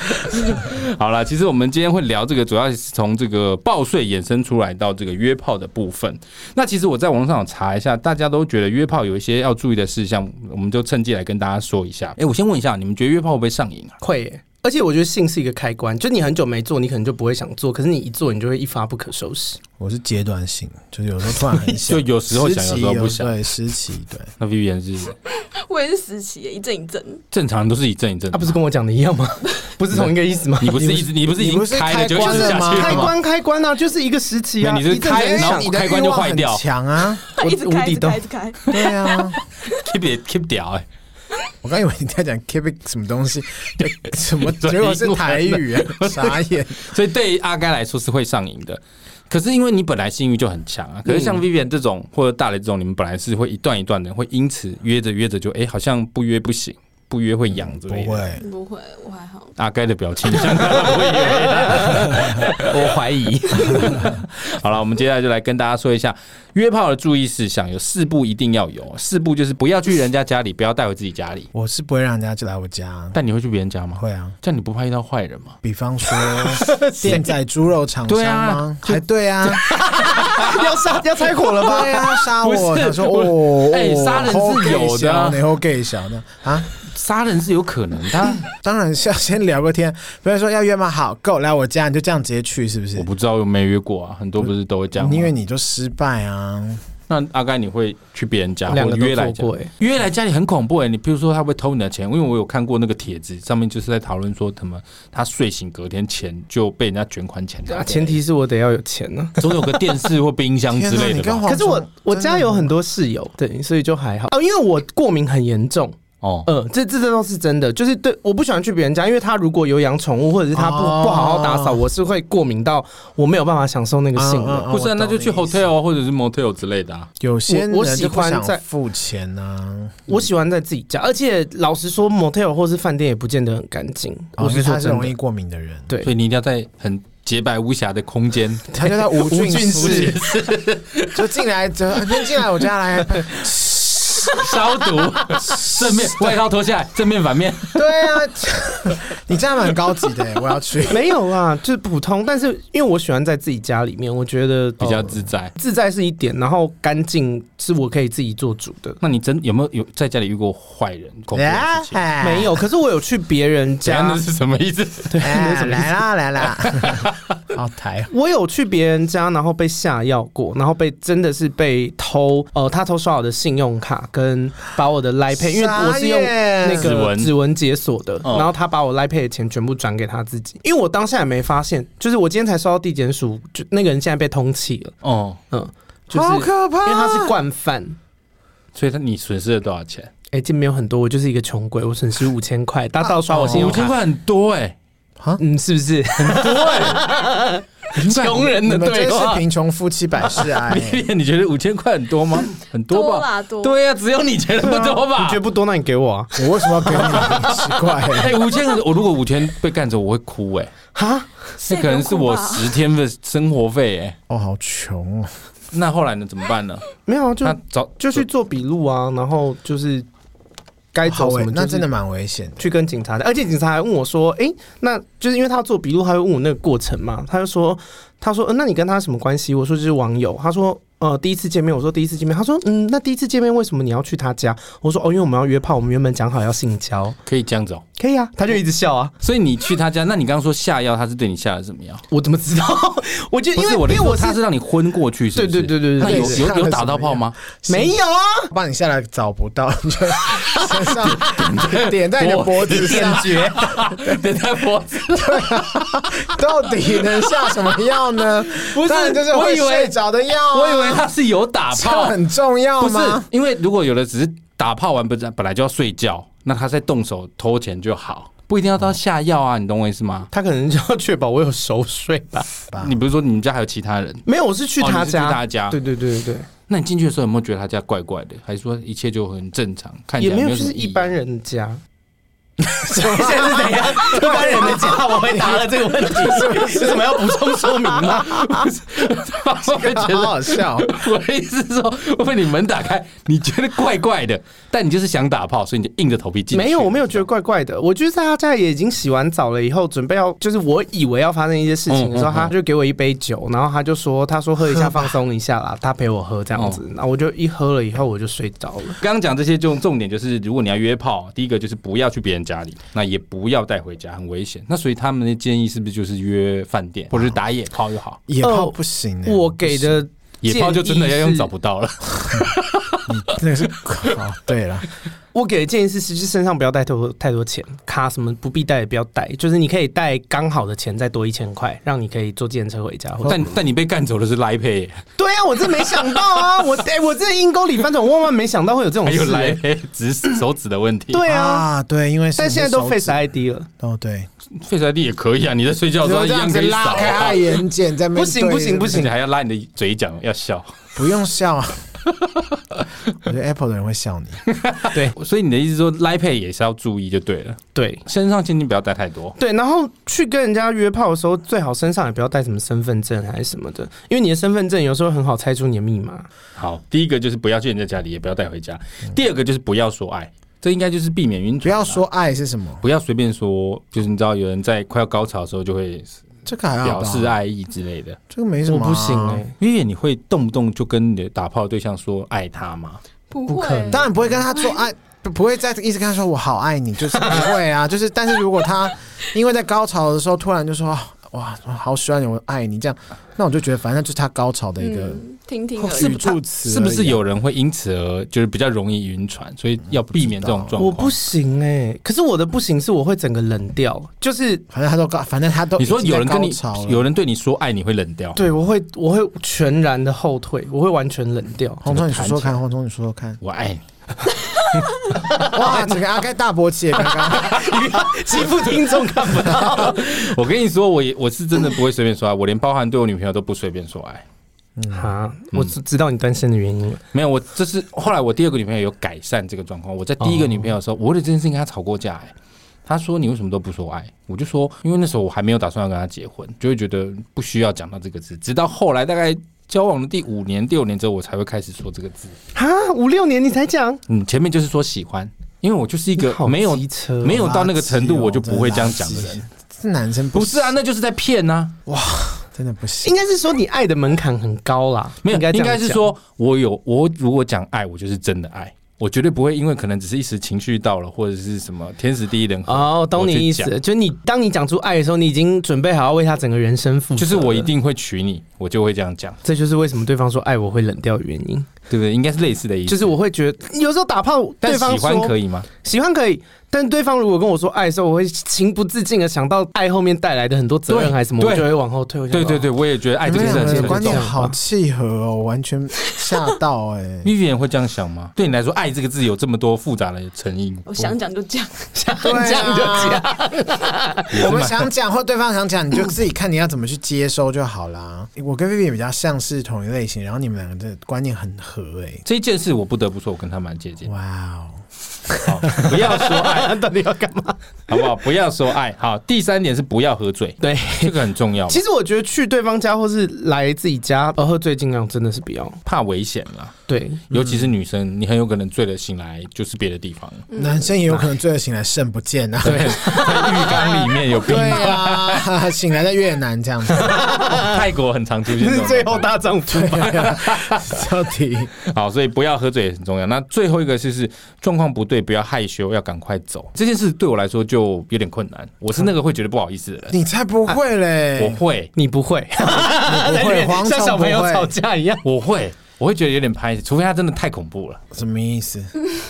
[SPEAKER 2] 好了，其实我们今天会聊这个，主要是从这个报税衍生出来到这个约炮的部分。那其实我在网络上有查一下，大家都觉得约炮有一些要注意的事项，我们就趁机来跟大家说一下。哎、我先问一下，你们觉得约炮会不会上瘾啊？
[SPEAKER 3] 会耶、而且我觉得性是一个开关，就你很久没做，你可能就不会想做，可是你一做，你就会一发不可收拾。
[SPEAKER 5] 我是阶段性，就是有时候突然很 想，
[SPEAKER 2] 就有时候想有时候不想
[SPEAKER 5] 对，时期对。
[SPEAKER 2] 那 Vivian 是
[SPEAKER 4] 我也是时期耶一阵一阵，
[SPEAKER 2] 正常人都是一阵一阵
[SPEAKER 3] 他、
[SPEAKER 2] 的
[SPEAKER 3] 啊不是跟我讲的一样吗？ 不是同一个意思吗？
[SPEAKER 2] 你啊不是一直你不是已
[SPEAKER 5] 你
[SPEAKER 2] 经
[SPEAKER 5] 不是
[SPEAKER 2] 开了
[SPEAKER 5] 开
[SPEAKER 2] 就一
[SPEAKER 5] 关
[SPEAKER 2] 直
[SPEAKER 5] 了
[SPEAKER 2] 下
[SPEAKER 5] 吗
[SPEAKER 2] 去了
[SPEAKER 3] 开
[SPEAKER 2] 吗？
[SPEAKER 3] 关开关啊，就是一个时期啊，
[SPEAKER 2] 那你就是
[SPEAKER 3] 一阵子
[SPEAKER 2] 开
[SPEAKER 3] 很
[SPEAKER 2] 然后
[SPEAKER 3] 想
[SPEAKER 5] 你
[SPEAKER 2] 开关就坏掉
[SPEAKER 5] 强啊！
[SPEAKER 4] 他一直
[SPEAKER 3] 无
[SPEAKER 4] 开，
[SPEAKER 3] 底
[SPEAKER 4] 一直
[SPEAKER 3] 洞
[SPEAKER 4] 开，一直开。
[SPEAKER 5] 对啊，
[SPEAKER 2] keep it keep 掉哎、
[SPEAKER 5] 我刚以为你在讲 keep it 什么东西， 什么结果是台语、啊， 傻眼。
[SPEAKER 2] 所以对于阿该来说是会上瘾的。可是因为你本来性欲就很强啊，可是像 Vivian 这种、或者大雷这种，你们本来是会一段一段的，会因此约着约着就哎、诶好像不约不行。不约会痒之
[SPEAKER 5] 嗯不
[SPEAKER 2] 类的。
[SPEAKER 5] 会，
[SPEAKER 4] 不会，我还好。
[SPEAKER 2] 阿该的表情像他不约， 我怀疑。好了，我们接下来就来跟大家说一下约炮的注意事项，有四步一定要有。四步就是不要去人家家里，不要带回自己家里。
[SPEAKER 5] 我是不会让人家就来我家。啊
[SPEAKER 2] 但你会去别人家吗？
[SPEAKER 5] 会啊，
[SPEAKER 2] 这样你不怕遇到坏人吗？
[SPEAKER 5] 比 方说现在猪肉厂商
[SPEAKER 2] 对啊
[SPEAKER 5] 吗？还对啊，
[SPEAKER 3] 要 杀要拆火了吧？
[SPEAKER 5] 对啊，杀
[SPEAKER 2] 不
[SPEAKER 5] 我，
[SPEAKER 2] 是
[SPEAKER 5] 他说
[SPEAKER 2] 不是
[SPEAKER 5] 哦，
[SPEAKER 2] 哎杀人是有的啊
[SPEAKER 5] 以后 gay 小的啊。
[SPEAKER 2] 杀人是有可能，啊他
[SPEAKER 5] 当然是要先聊个天，比如说要约吗？好，够来我家，你就这样直接去，是 不
[SPEAKER 2] 我
[SPEAKER 5] 是？
[SPEAKER 2] 不知道有没有约过啊，很多不是都会这样吗。
[SPEAKER 5] 因为你就失败啊，
[SPEAKER 2] 那阿该你会去别人家，
[SPEAKER 3] 两
[SPEAKER 2] 或
[SPEAKER 3] 个都
[SPEAKER 2] 约来
[SPEAKER 3] 做
[SPEAKER 2] 家
[SPEAKER 3] 过，哎，
[SPEAKER 2] 约来家里很恐怖哎、你比如说他会偷你的钱，因为我有看过那个帖子，上面就是在讨论说什么他睡醒隔天钱就被人家卷款潜
[SPEAKER 3] 啊
[SPEAKER 2] 在，
[SPEAKER 3] 前提是我得要有钱 呢。
[SPEAKER 2] 总有个电视或冰箱之
[SPEAKER 5] 天哪
[SPEAKER 2] 类
[SPEAKER 5] 你
[SPEAKER 2] 的
[SPEAKER 5] 跟
[SPEAKER 2] 吧。
[SPEAKER 5] 黄
[SPEAKER 3] 可是我
[SPEAKER 5] 总
[SPEAKER 3] 我
[SPEAKER 5] 真的
[SPEAKER 3] 家有很多室友，对，所以就还好哦，因为我过敏很严重，
[SPEAKER 2] 哦，
[SPEAKER 3] 呃，这这这都是真的，就是对，我不喜欢去别人家，因为他如果有养宠物，或者是他不、
[SPEAKER 5] 哦
[SPEAKER 3] 不好好打扫，我是会过敏到我没有办法享受那个性的。
[SPEAKER 5] 嗯
[SPEAKER 2] 不是、啊，
[SPEAKER 5] 我懂
[SPEAKER 2] 那就去
[SPEAKER 5] 你意思
[SPEAKER 2] hotel 或者是 motel 之类的啊。
[SPEAKER 5] 有些人
[SPEAKER 3] 我我
[SPEAKER 5] 就不
[SPEAKER 3] 喜欢
[SPEAKER 5] 想
[SPEAKER 3] 在
[SPEAKER 5] 付钱啊呐、
[SPEAKER 3] 我喜欢在自己家，而且老实说，motel 或是饭店也不见得很干净。
[SPEAKER 5] 啊，因
[SPEAKER 3] 我
[SPEAKER 5] 为
[SPEAKER 3] 是说
[SPEAKER 5] 他是
[SPEAKER 3] 哦真
[SPEAKER 5] 容易
[SPEAKER 3] 的，
[SPEAKER 5] 过敏的人，
[SPEAKER 3] 对
[SPEAKER 2] 所以你一定要在很洁白无瑕的空间。
[SPEAKER 5] 他 就在无
[SPEAKER 3] 无
[SPEAKER 5] 菌
[SPEAKER 3] 菌
[SPEAKER 5] 室
[SPEAKER 3] 室，
[SPEAKER 5] 就进来，就先进来我家来，
[SPEAKER 2] 消毒，正面外套脱下来，正面反面。
[SPEAKER 5] 对啊， 你这样蛮高级的，我要 去。
[SPEAKER 3] 没有啦，就是普通，但是因为我喜欢在自己家里面，我觉得
[SPEAKER 2] 比较
[SPEAKER 3] 呃
[SPEAKER 2] 自在。
[SPEAKER 3] 自在是一点，然后干净是我可以自己做主的。
[SPEAKER 2] 那你真有没有有在家里遇过坏人恐怖的事情？
[SPEAKER 5] 没
[SPEAKER 3] 没有，可是我有去别人
[SPEAKER 2] 怎
[SPEAKER 3] 家
[SPEAKER 2] 样的，是什么意思？
[SPEAKER 5] 哎，来啦来 啦，好台
[SPEAKER 3] 我有去别人家，然后被下药过，然后被真的是被偷，呃，他偷刷我的信用卡跟把我的 Line Pay，因为我是用
[SPEAKER 5] 傻眼
[SPEAKER 3] 那
[SPEAKER 2] 指
[SPEAKER 3] 个
[SPEAKER 2] 纹
[SPEAKER 3] 指纹解锁的，
[SPEAKER 2] 哦
[SPEAKER 3] 然后他把我 Line Pay 的钱全部转给他自己，因为我当下也没发现，就是我今天才收到地检署，就那个人现在被通缉了，
[SPEAKER 2] 哦，
[SPEAKER 3] 嗯，就是
[SPEAKER 5] 好
[SPEAKER 3] 因
[SPEAKER 5] 可怕，啊
[SPEAKER 3] 为他是惯犯。
[SPEAKER 2] 所以他你损失了多少钱？
[SPEAKER 3] 哎、这没有很多，我就是一个穷鬼，我损失五千块，他盗刷哦我信用
[SPEAKER 2] 五
[SPEAKER 3] 卡，
[SPEAKER 2] 千块很多哎、
[SPEAKER 3] 嗯，是不是？穷人的
[SPEAKER 5] 你们
[SPEAKER 3] 对
[SPEAKER 5] 真是
[SPEAKER 3] 话，
[SPEAKER 5] 贫穷夫妻百事 哀。
[SPEAKER 2] 你 觉得五千块很多吗？很多吧？
[SPEAKER 4] 啦多，
[SPEAKER 2] 对呀、啊只有你觉得不多吧？
[SPEAKER 3] 啊你觉得不多，那你给我啊？
[SPEAKER 5] 我为什么要给你？奇怪，
[SPEAKER 2] 哎，五千，我如果五千被干走，我会哭哎、
[SPEAKER 3] 哈，
[SPEAKER 2] 那可能是我
[SPEAKER 4] 现在不用哭吧
[SPEAKER 2] 十天的生活费哎、
[SPEAKER 5] 哦，好穷哦。
[SPEAKER 2] 那后来呢？怎么办呢？
[SPEAKER 3] 没有啊，就
[SPEAKER 2] 那找
[SPEAKER 3] 就去做笔录啊，然后就是该
[SPEAKER 5] 好
[SPEAKER 3] 走
[SPEAKER 5] 危
[SPEAKER 3] 什么，
[SPEAKER 5] 那真的蛮危险的。
[SPEAKER 3] 去跟警察的，而且警察还问我说，诶，那就是因为他要做笔录，他会问我那个过程嘛，他就说，他说，呃、那你跟他什么关系？我说就是网友，他说。呃，第一次见面，我说第一次见面，他说，嗯，那第一次见面为什么你要去他家？我说，哦，因为我们要约炮，我们原本讲好要性交，
[SPEAKER 2] 可以这样子哦。
[SPEAKER 3] 可以啊，他就一直笑啊，
[SPEAKER 2] 所以你去他家，那你刚刚说下药，他是对你下的怎么样？
[SPEAKER 3] 我怎么知道？ 我就因
[SPEAKER 2] 不
[SPEAKER 3] 为
[SPEAKER 2] 是我的意
[SPEAKER 3] 因
[SPEAKER 2] 思
[SPEAKER 3] 为
[SPEAKER 2] 说，
[SPEAKER 3] 我
[SPEAKER 2] 他是让你昏过去，是不是？
[SPEAKER 3] 对对对对对
[SPEAKER 2] 那
[SPEAKER 3] 对
[SPEAKER 2] 有
[SPEAKER 5] 下
[SPEAKER 2] 有
[SPEAKER 5] 得
[SPEAKER 2] 有
[SPEAKER 5] 怎
[SPEAKER 2] 打到
[SPEAKER 5] 么样
[SPEAKER 2] 炮吗？
[SPEAKER 3] 没有啊，
[SPEAKER 5] 帮你下来找不到， 你就身上点在你的脖子上，
[SPEAKER 2] 觉， 点在脖子。
[SPEAKER 5] 到底能下什么药呢？
[SPEAKER 2] 不是
[SPEAKER 5] 当然就是
[SPEAKER 2] 我
[SPEAKER 5] 会
[SPEAKER 2] 以为
[SPEAKER 5] 睡着的药啊、
[SPEAKER 2] 我以为他是有打
[SPEAKER 5] 这
[SPEAKER 2] 炮，
[SPEAKER 5] 很重要
[SPEAKER 2] 不是
[SPEAKER 5] 吗？，
[SPEAKER 2] 因为如果有的只是打炮完，不是本来就要睡觉，那他再动手偷钱就好，不一定要到下药啊，你懂我意思吗？
[SPEAKER 3] 他可能就要确保我有熟睡 吧？
[SPEAKER 5] 吧
[SPEAKER 2] 你不是说你们家还有其他人？
[SPEAKER 3] 没有，我是去
[SPEAKER 2] 哦你
[SPEAKER 3] 他
[SPEAKER 2] 是
[SPEAKER 3] 家，
[SPEAKER 2] 去他家
[SPEAKER 3] 对对对对对。
[SPEAKER 2] 那你进去的时候有没有觉得他家怪怪的？还是说一切就很正常？看起
[SPEAKER 3] 也
[SPEAKER 2] 来
[SPEAKER 3] 没有，
[SPEAKER 2] 有
[SPEAKER 3] 就
[SPEAKER 2] 什么
[SPEAKER 3] 是
[SPEAKER 2] 异
[SPEAKER 3] 一
[SPEAKER 2] 样
[SPEAKER 3] 般人家。现在是怎样？ 一般人的家，我回答了这个问 题，有什么要补充说明吗？
[SPEAKER 2] 我会觉
[SPEAKER 5] 好
[SPEAKER 2] 得，
[SPEAKER 5] 好笑，
[SPEAKER 3] 哦
[SPEAKER 2] 我的意思是说，会被你门打开，你觉得怪怪的，但你就是想打炮，所以你就硬着头皮进去。
[SPEAKER 3] 没有，我没有觉得怪怪的。我就是在他家也已经洗完澡了，以后准备要，就是我以为要发生一些事情的时候，
[SPEAKER 2] 嗯嗯嗯
[SPEAKER 3] 他就给我一杯酒，然后他就说，他说喝一下放松一下啦，他陪我喝这样子，那我就一喝了以后我就睡着了。
[SPEAKER 2] 刚刚讲这些，就重点就是，如果你要约炮，第一个就是不要去别人家里，那也不要带回家，很危险。那所以他们的建议是不是就是约饭店或者是打野炮就好？
[SPEAKER 5] 野炮不行、欸，
[SPEAKER 3] 我给的
[SPEAKER 2] 野炮就真的要
[SPEAKER 3] 建
[SPEAKER 2] 用
[SPEAKER 3] 议是
[SPEAKER 2] 找不到了，
[SPEAKER 5] 那个是哦，对了，
[SPEAKER 3] 我给的建议是，其实身上不要带太多太多钱，卡什么不必带也不要带，就是你可以带刚好的钱，再多一千块，让你可以坐计程车回家。或者
[SPEAKER 2] 但但你被干走的是来配，
[SPEAKER 3] 对啊，我真没想到啊，我哎、我这阴沟里翻转，我万万没想到会有这 种
[SPEAKER 2] 还有
[SPEAKER 3] 事、
[SPEAKER 2] 来
[SPEAKER 3] 欸。
[SPEAKER 2] 配指手指的问题。
[SPEAKER 3] 对啊，
[SPEAKER 5] 啊，对，因为是
[SPEAKER 3] 但现在都
[SPEAKER 5] 手指
[SPEAKER 3] Face ID 了，
[SPEAKER 5] 哦，对，
[SPEAKER 2] 废柴地也可以啊，你在睡觉的
[SPEAKER 5] 你
[SPEAKER 2] 时候
[SPEAKER 5] 就
[SPEAKER 2] 一
[SPEAKER 5] 这样
[SPEAKER 2] 样
[SPEAKER 5] 子
[SPEAKER 2] 可以
[SPEAKER 5] 拉
[SPEAKER 2] 扫
[SPEAKER 5] 开他
[SPEAKER 2] 啊
[SPEAKER 5] 的。眼睑，在那边
[SPEAKER 3] 不行
[SPEAKER 5] 对
[SPEAKER 3] 不行不行
[SPEAKER 2] 而且还要拉你的嘴角，要笑。
[SPEAKER 5] 不用笑啊， 我觉得 Apple 的人会笑你。
[SPEAKER 2] 所以你的意思说 l i Pay 也是要注意就对了，
[SPEAKER 3] 对
[SPEAKER 2] 身上现金不要带太多。
[SPEAKER 3] 对，然后去跟人家约炮的时候，最好身上也不要带什么身份证还是什么的，因为你的身份证有时候很好猜出你的密码。
[SPEAKER 2] 好，第一个就是不要去人家家里，也不要带回家；第二个就是不要说爱，这应该就是避免晕船。
[SPEAKER 5] 不要说，爱是什么，
[SPEAKER 2] 不要随便说，就是你知道有人在快要高潮的时候就会
[SPEAKER 5] 这个还好吧
[SPEAKER 2] 表示，爱意之类的。
[SPEAKER 5] 这个没什
[SPEAKER 3] 我
[SPEAKER 5] 么啊、
[SPEAKER 3] 不行哎、
[SPEAKER 2] 因为你会动不动就跟你的打炮对象说爱他吗？
[SPEAKER 4] 不
[SPEAKER 3] 不可能
[SPEAKER 5] 当然不会跟他做爱，不不会再一直跟他说我好爱你，就是不会啊， 就是但是如果他因为在高潮的时候突然就说哇我好喜欢你，我爱你这样，那我就觉得反正就是他高潮的一个
[SPEAKER 4] 嗯，听听而
[SPEAKER 5] 是
[SPEAKER 4] 已
[SPEAKER 5] 语。助词而已啊，
[SPEAKER 2] 是不是有人会因此而就是比较容易晕船？所以要避免这种状况。
[SPEAKER 3] 我不行哎、可是我的不行是我会整个冷掉，就是
[SPEAKER 5] 反正他都高，反正他都
[SPEAKER 2] 你说
[SPEAKER 5] 已经
[SPEAKER 2] 有人跟
[SPEAKER 5] 在
[SPEAKER 2] 你
[SPEAKER 5] 高潮了
[SPEAKER 2] 有人对你说爱，你会冷掉？，。
[SPEAKER 3] 对我会我会全然的后退，我会完全冷掉。
[SPEAKER 5] 黄哦忠，你说说看，黄忠，你说说看
[SPEAKER 2] 我爱你。
[SPEAKER 5] 哇，整个阿盖大勃起耶，刚 刚
[SPEAKER 3] 欺负听众啊看不到，
[SPEAKER 2] 我跟你说，我也我是真的不会随便说爱，我连包含对我女朋友都不随便说爱。
[SPEAKER 3] 哈，我知知道你单身的原因了。
[SPEAKER 2] 没有，我这是后来我第二个女朋友有改善这个状况。我在第一个女朋友的时候，我为了这件事情跟她吵过架、欸。她说你为什么都不说爱？我就说因为那时候我还没有打算要跟她结婚，就会觉得不需要讲到这个字。直到后来大概交往的第五年、第六年之后，我才会开始说这个字。
[SPEAKER 3] 哈，五六年你才讲，
[SPEAKER 2] 嗯，前面就是说喜欢，因为我就是一
[SPEAKER 3] 你
[SPEAKER 2] 个
[SPEAKER 3] 好
[SPEAKER 2] 没有
[SPEAKER 3] 机车哦
[SPEAKER 2] 没有到那个程度，
[SPEAKER 5] 垃圾哦
[SPEAKER 2] 我就不会这样讲的
[SPEAKER 5] 真
[SPEAKER 2] 人
[SPEAKER 5] 垃圾。啊这男生
[SPEAKER 2] 不是啊，，那就是在骗啊。
[SPEAKER 5] 真的不行
[SPEAKER 3] 应。该是说你爱的门槛很高啦，
[SPEAKER 2] 没有，
[SPEAKER 3] 应该这
[SPEAKER 2] 应
[SPEAKER 3] 样
[SPEAKER 2] 该是
[SPEAKER 3] 讲
[SPEAKER 2] 说我有我如果讲爱，我就是真的爱，我绝对不会因为可能只是一时情绪到了，或者是什么天时地利人和。
[SPEAKER 3] 哦，懂你意
[SPEAKER 2] 我去
[SPEAKER 3] 思，
[SPEAKER 2] 讲
[SPEAKER 3] 就你当你讲出爱的时候，你已经准备好要为他整个人生负责，
[SPEAKER 2] 就是我一，定会娶你，我就会这样讲，
[SPEAKER 3] 这就是为什么对方说爱我会冷掉的原因，
[SPEAKER 2] 对不对？应该是类似的意思。
[SPEAKER 3] 就是我会觉得有时候打炮，
[SPEAKER 2] 但
[SPEAKER 3] 对方
[SPEAKER 2] 喜欢
[SPEAKER 3] 说
[SPEAKER 2] 可以吗？
[SPEAKER 3] 喜欢可以，但对方如果跟我说爱的时候，我会情不自禁的想到爱后面带来的很多责任
[SPEAKER 2] 对
[SPEAKER 3] 还是什么，
[SPEAKER 2] 对
[SPEAKER 3] 我就会往后退。我想
[SPEAKER 2] 对
[SPEAKER 3] 说
[SPEAKER 2] 对对，我也觉得爱
[SPEAKER 5] 你
[SPEAKER 2] 这
[SPEAKER 5] 们
[SPEAKER 2] 个
[SPEAKER 5] 两
[SPEAKER 2] 是很沉重
[SPEAKER 5] 个人的啊观
[SPEAKER 2] 的
[SPEAKER 5] 念
[SPEAKER 2] 东西。
[SPEAKER 5] 好契合哦，我完全吓到哎、
[SPEAKER 2] Vivian 会这样想吗？对你来说，“爱”这个字有这么多复杂的成因，
[SPEAKER 4] 我想讲就讲，
[SPEAKER 5] 对啊
[SPEAKER 3] 这样就这样。
[SPEAKER 5] 我们想讲或对方想讲，你就自己看你要怎么去接收就好啦。我跟 Vivi 比较像是同一类型，然后你们两个的观念很合诶、
[SPEAKER 2] 这件事我不得不说，我跟他蛮接近。
[SPEAKER 5] 哇哦，
[SPEAKER 2] 好，不要说爱，
[SPEAKER 3] 到底要干嘛？
[SPEAKER 2] 好不好？不要说爱。好，第三点是不要喝醉，
[SPEAKER 3] 对，
[SPEAKER 2] 这个很重要，
[SPEAKER 3] 其实我觉得去对方家或是来自己家，呃，喝醉尽量真的是不要。
[SPEAKER 2] 怕危险啦。
[SPEAKER 3] 对，
[SPEAKER 2] 尤其是女生，你很有可能醉了醒来就是别的地方，
[SPEAKER 5] 男生也有可能醉了醒来肾不见啊。
[SPEAKER 2] 对，在浴缸里面有冰
[SPEAKER 5] 对。啊，醒来在越南这样子，
[SPEAKER 2] 哦泰国很常出现
[SPEAKER 3] 这
[SPEAKER 2] 这
[SPEAKER 3] 是
[SPEAKER 2] 种
[SPEAKER 3] 最后大丈夫吧？
[SPEAKER 5] 到底
[SPEAKER 2] 好，所以不要喝醉也很重要。那最后一个就是状况不对，不要害羞，要赶快走。这件事对我来说就有点困难，我是那个会觉得不好意思的人，
[SPEAKER 5] 你才不会
[SPEAKER 2] 我
[SPEAKER 5] 嘞！
[SPEAKER 2] 会，
[SPEAKER 3] 你不会，
[SPEAKER 5] 不 会，黄
[SPEAKER 3] 像小
[SPEAKER 5] 总不
[SPEAKER 3] 朋友吵
[SPEAKER 5] 会，
[SPEAKER 3] 架一样。
[SPEAKER 2] 我会，我会觉得有点拍，除非他真的太恐怖了，
[SPEAKER 5] 什么意思？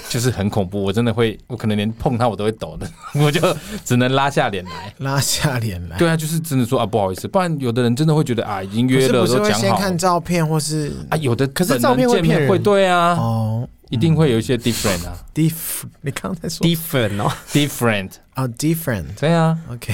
[SPEAKER 2] 就是很恐怖，我真的会，我可能连碰他我都会抖的， 我就只能拉下脸来。
[SPEAKER 5] 拉下脸来，
[SPEAKER 2] 对啊，就是真的说啊，不好意思，不然有的人真的会觉得啊，已经
[SPEAKER 5] 不
[SPEAKER 2] 约
[SPEAKER 5] 是
[SPEAKER 2] 了
[SPEAKER 5] 不
[SPEAKER 2] 都
[SPEAKER 5] 是会
[SPEAKER 2] 讲
[SPEAKER 5] 先
[SPEAKER 2] 好了
[SPEAKER 5] 看照片或是
[SPEAKER 2] 啊，有的可
[SPEAKER 3] 是照片会骗人
[SPEAKER 2] 会对啊，
[SPEAKER 5] 哦
[SPEAKER 2] 一定会有一些 different 啊
[SPEAKER 5] diff？你刚才说
[SPEAKER 3] different 哦，
[SPEAKER 2] ，different
[SPEAKER 5] 啊 different。
[SPEAKER 2] 对啊，
[SPEAKER 5] OK，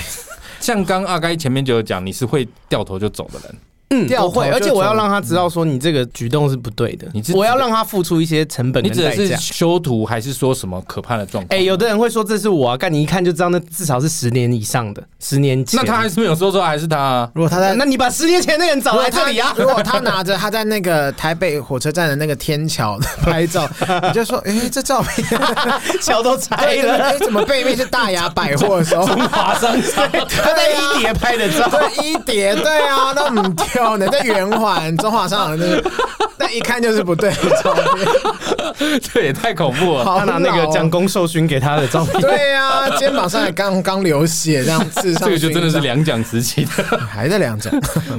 [SPEAKER 2] 像刚阿该前面就有讲，你是会掉头就走的人，
[SPEAKER 3] 嗯，
[SPEAKER 5] 掉头
[SPEAKER 3] 我会，
[SPEAKER 5] 就
[SPEAKER 3] 而且我要
[SPEAKER 5] 走
[SPEAKER 3] 让他知道说你这个举动是不对的，
[SPEAKER 2] 你自己
[SPEAKER 3] 我要让他付出一些成本
[SPEAKER 2] 你
[SPEAKER 3] 跟
[SPEAKER 2] 指的
[SPEAKER 3] 代
[SPEAKER 2] 是
[SPEAKER 3] 价。
[SPEAKER 2] 修图还是说什么可怕的状况？
[SPEAKER 3] 哎、有的人会说这是我啊，干你一看就知道，那至少是十年以上的，十年前。
[SPEAKER 2] 那他还是没有说出来，还是他啊
[SPEAKER 5] 如果他在
[SPEAKER 3] 那你把十年前那个人找来这里啊？
[SPEAKER 5] 如果他拿着他在那个台北火车站的 那个天桥 拍照，你就说：“哎、这照片
[SPEAKER 3] 桥都拆
[SPEAKER 5] 对，
[SPEAKER 3] 了，
[SPEAKER 5] 哎，怎么背面是大雅百货的 时候？”
[SPEAKER 3] 爬上 山，他在一叠拍的照。
[SPEAKER 5] 对一叠，对啊，那唔丢呢，在圆环中华商场那 个，那一看就是不对的照片，
[SPEAKER 2] 这也太恐怖了。
[SPEAKER 5] 好
[SPEAKER 3] 他拿那
[SPEAKER 5] 老
[SPEAKER 3] 个
[SPEAKER 5] 哦
[SPEAKER 3] 蒋公授勋给他的照片，
[SPEAKER 5] 对啊，肩膀上还刚刚流血，这样刺上
[SPEAKER 2] 这个就真的是
[SPEAKER 5] 勋章
[SPEAKER 2] 两蒋时期 的，
[SPEAKER 5] 还在两掌，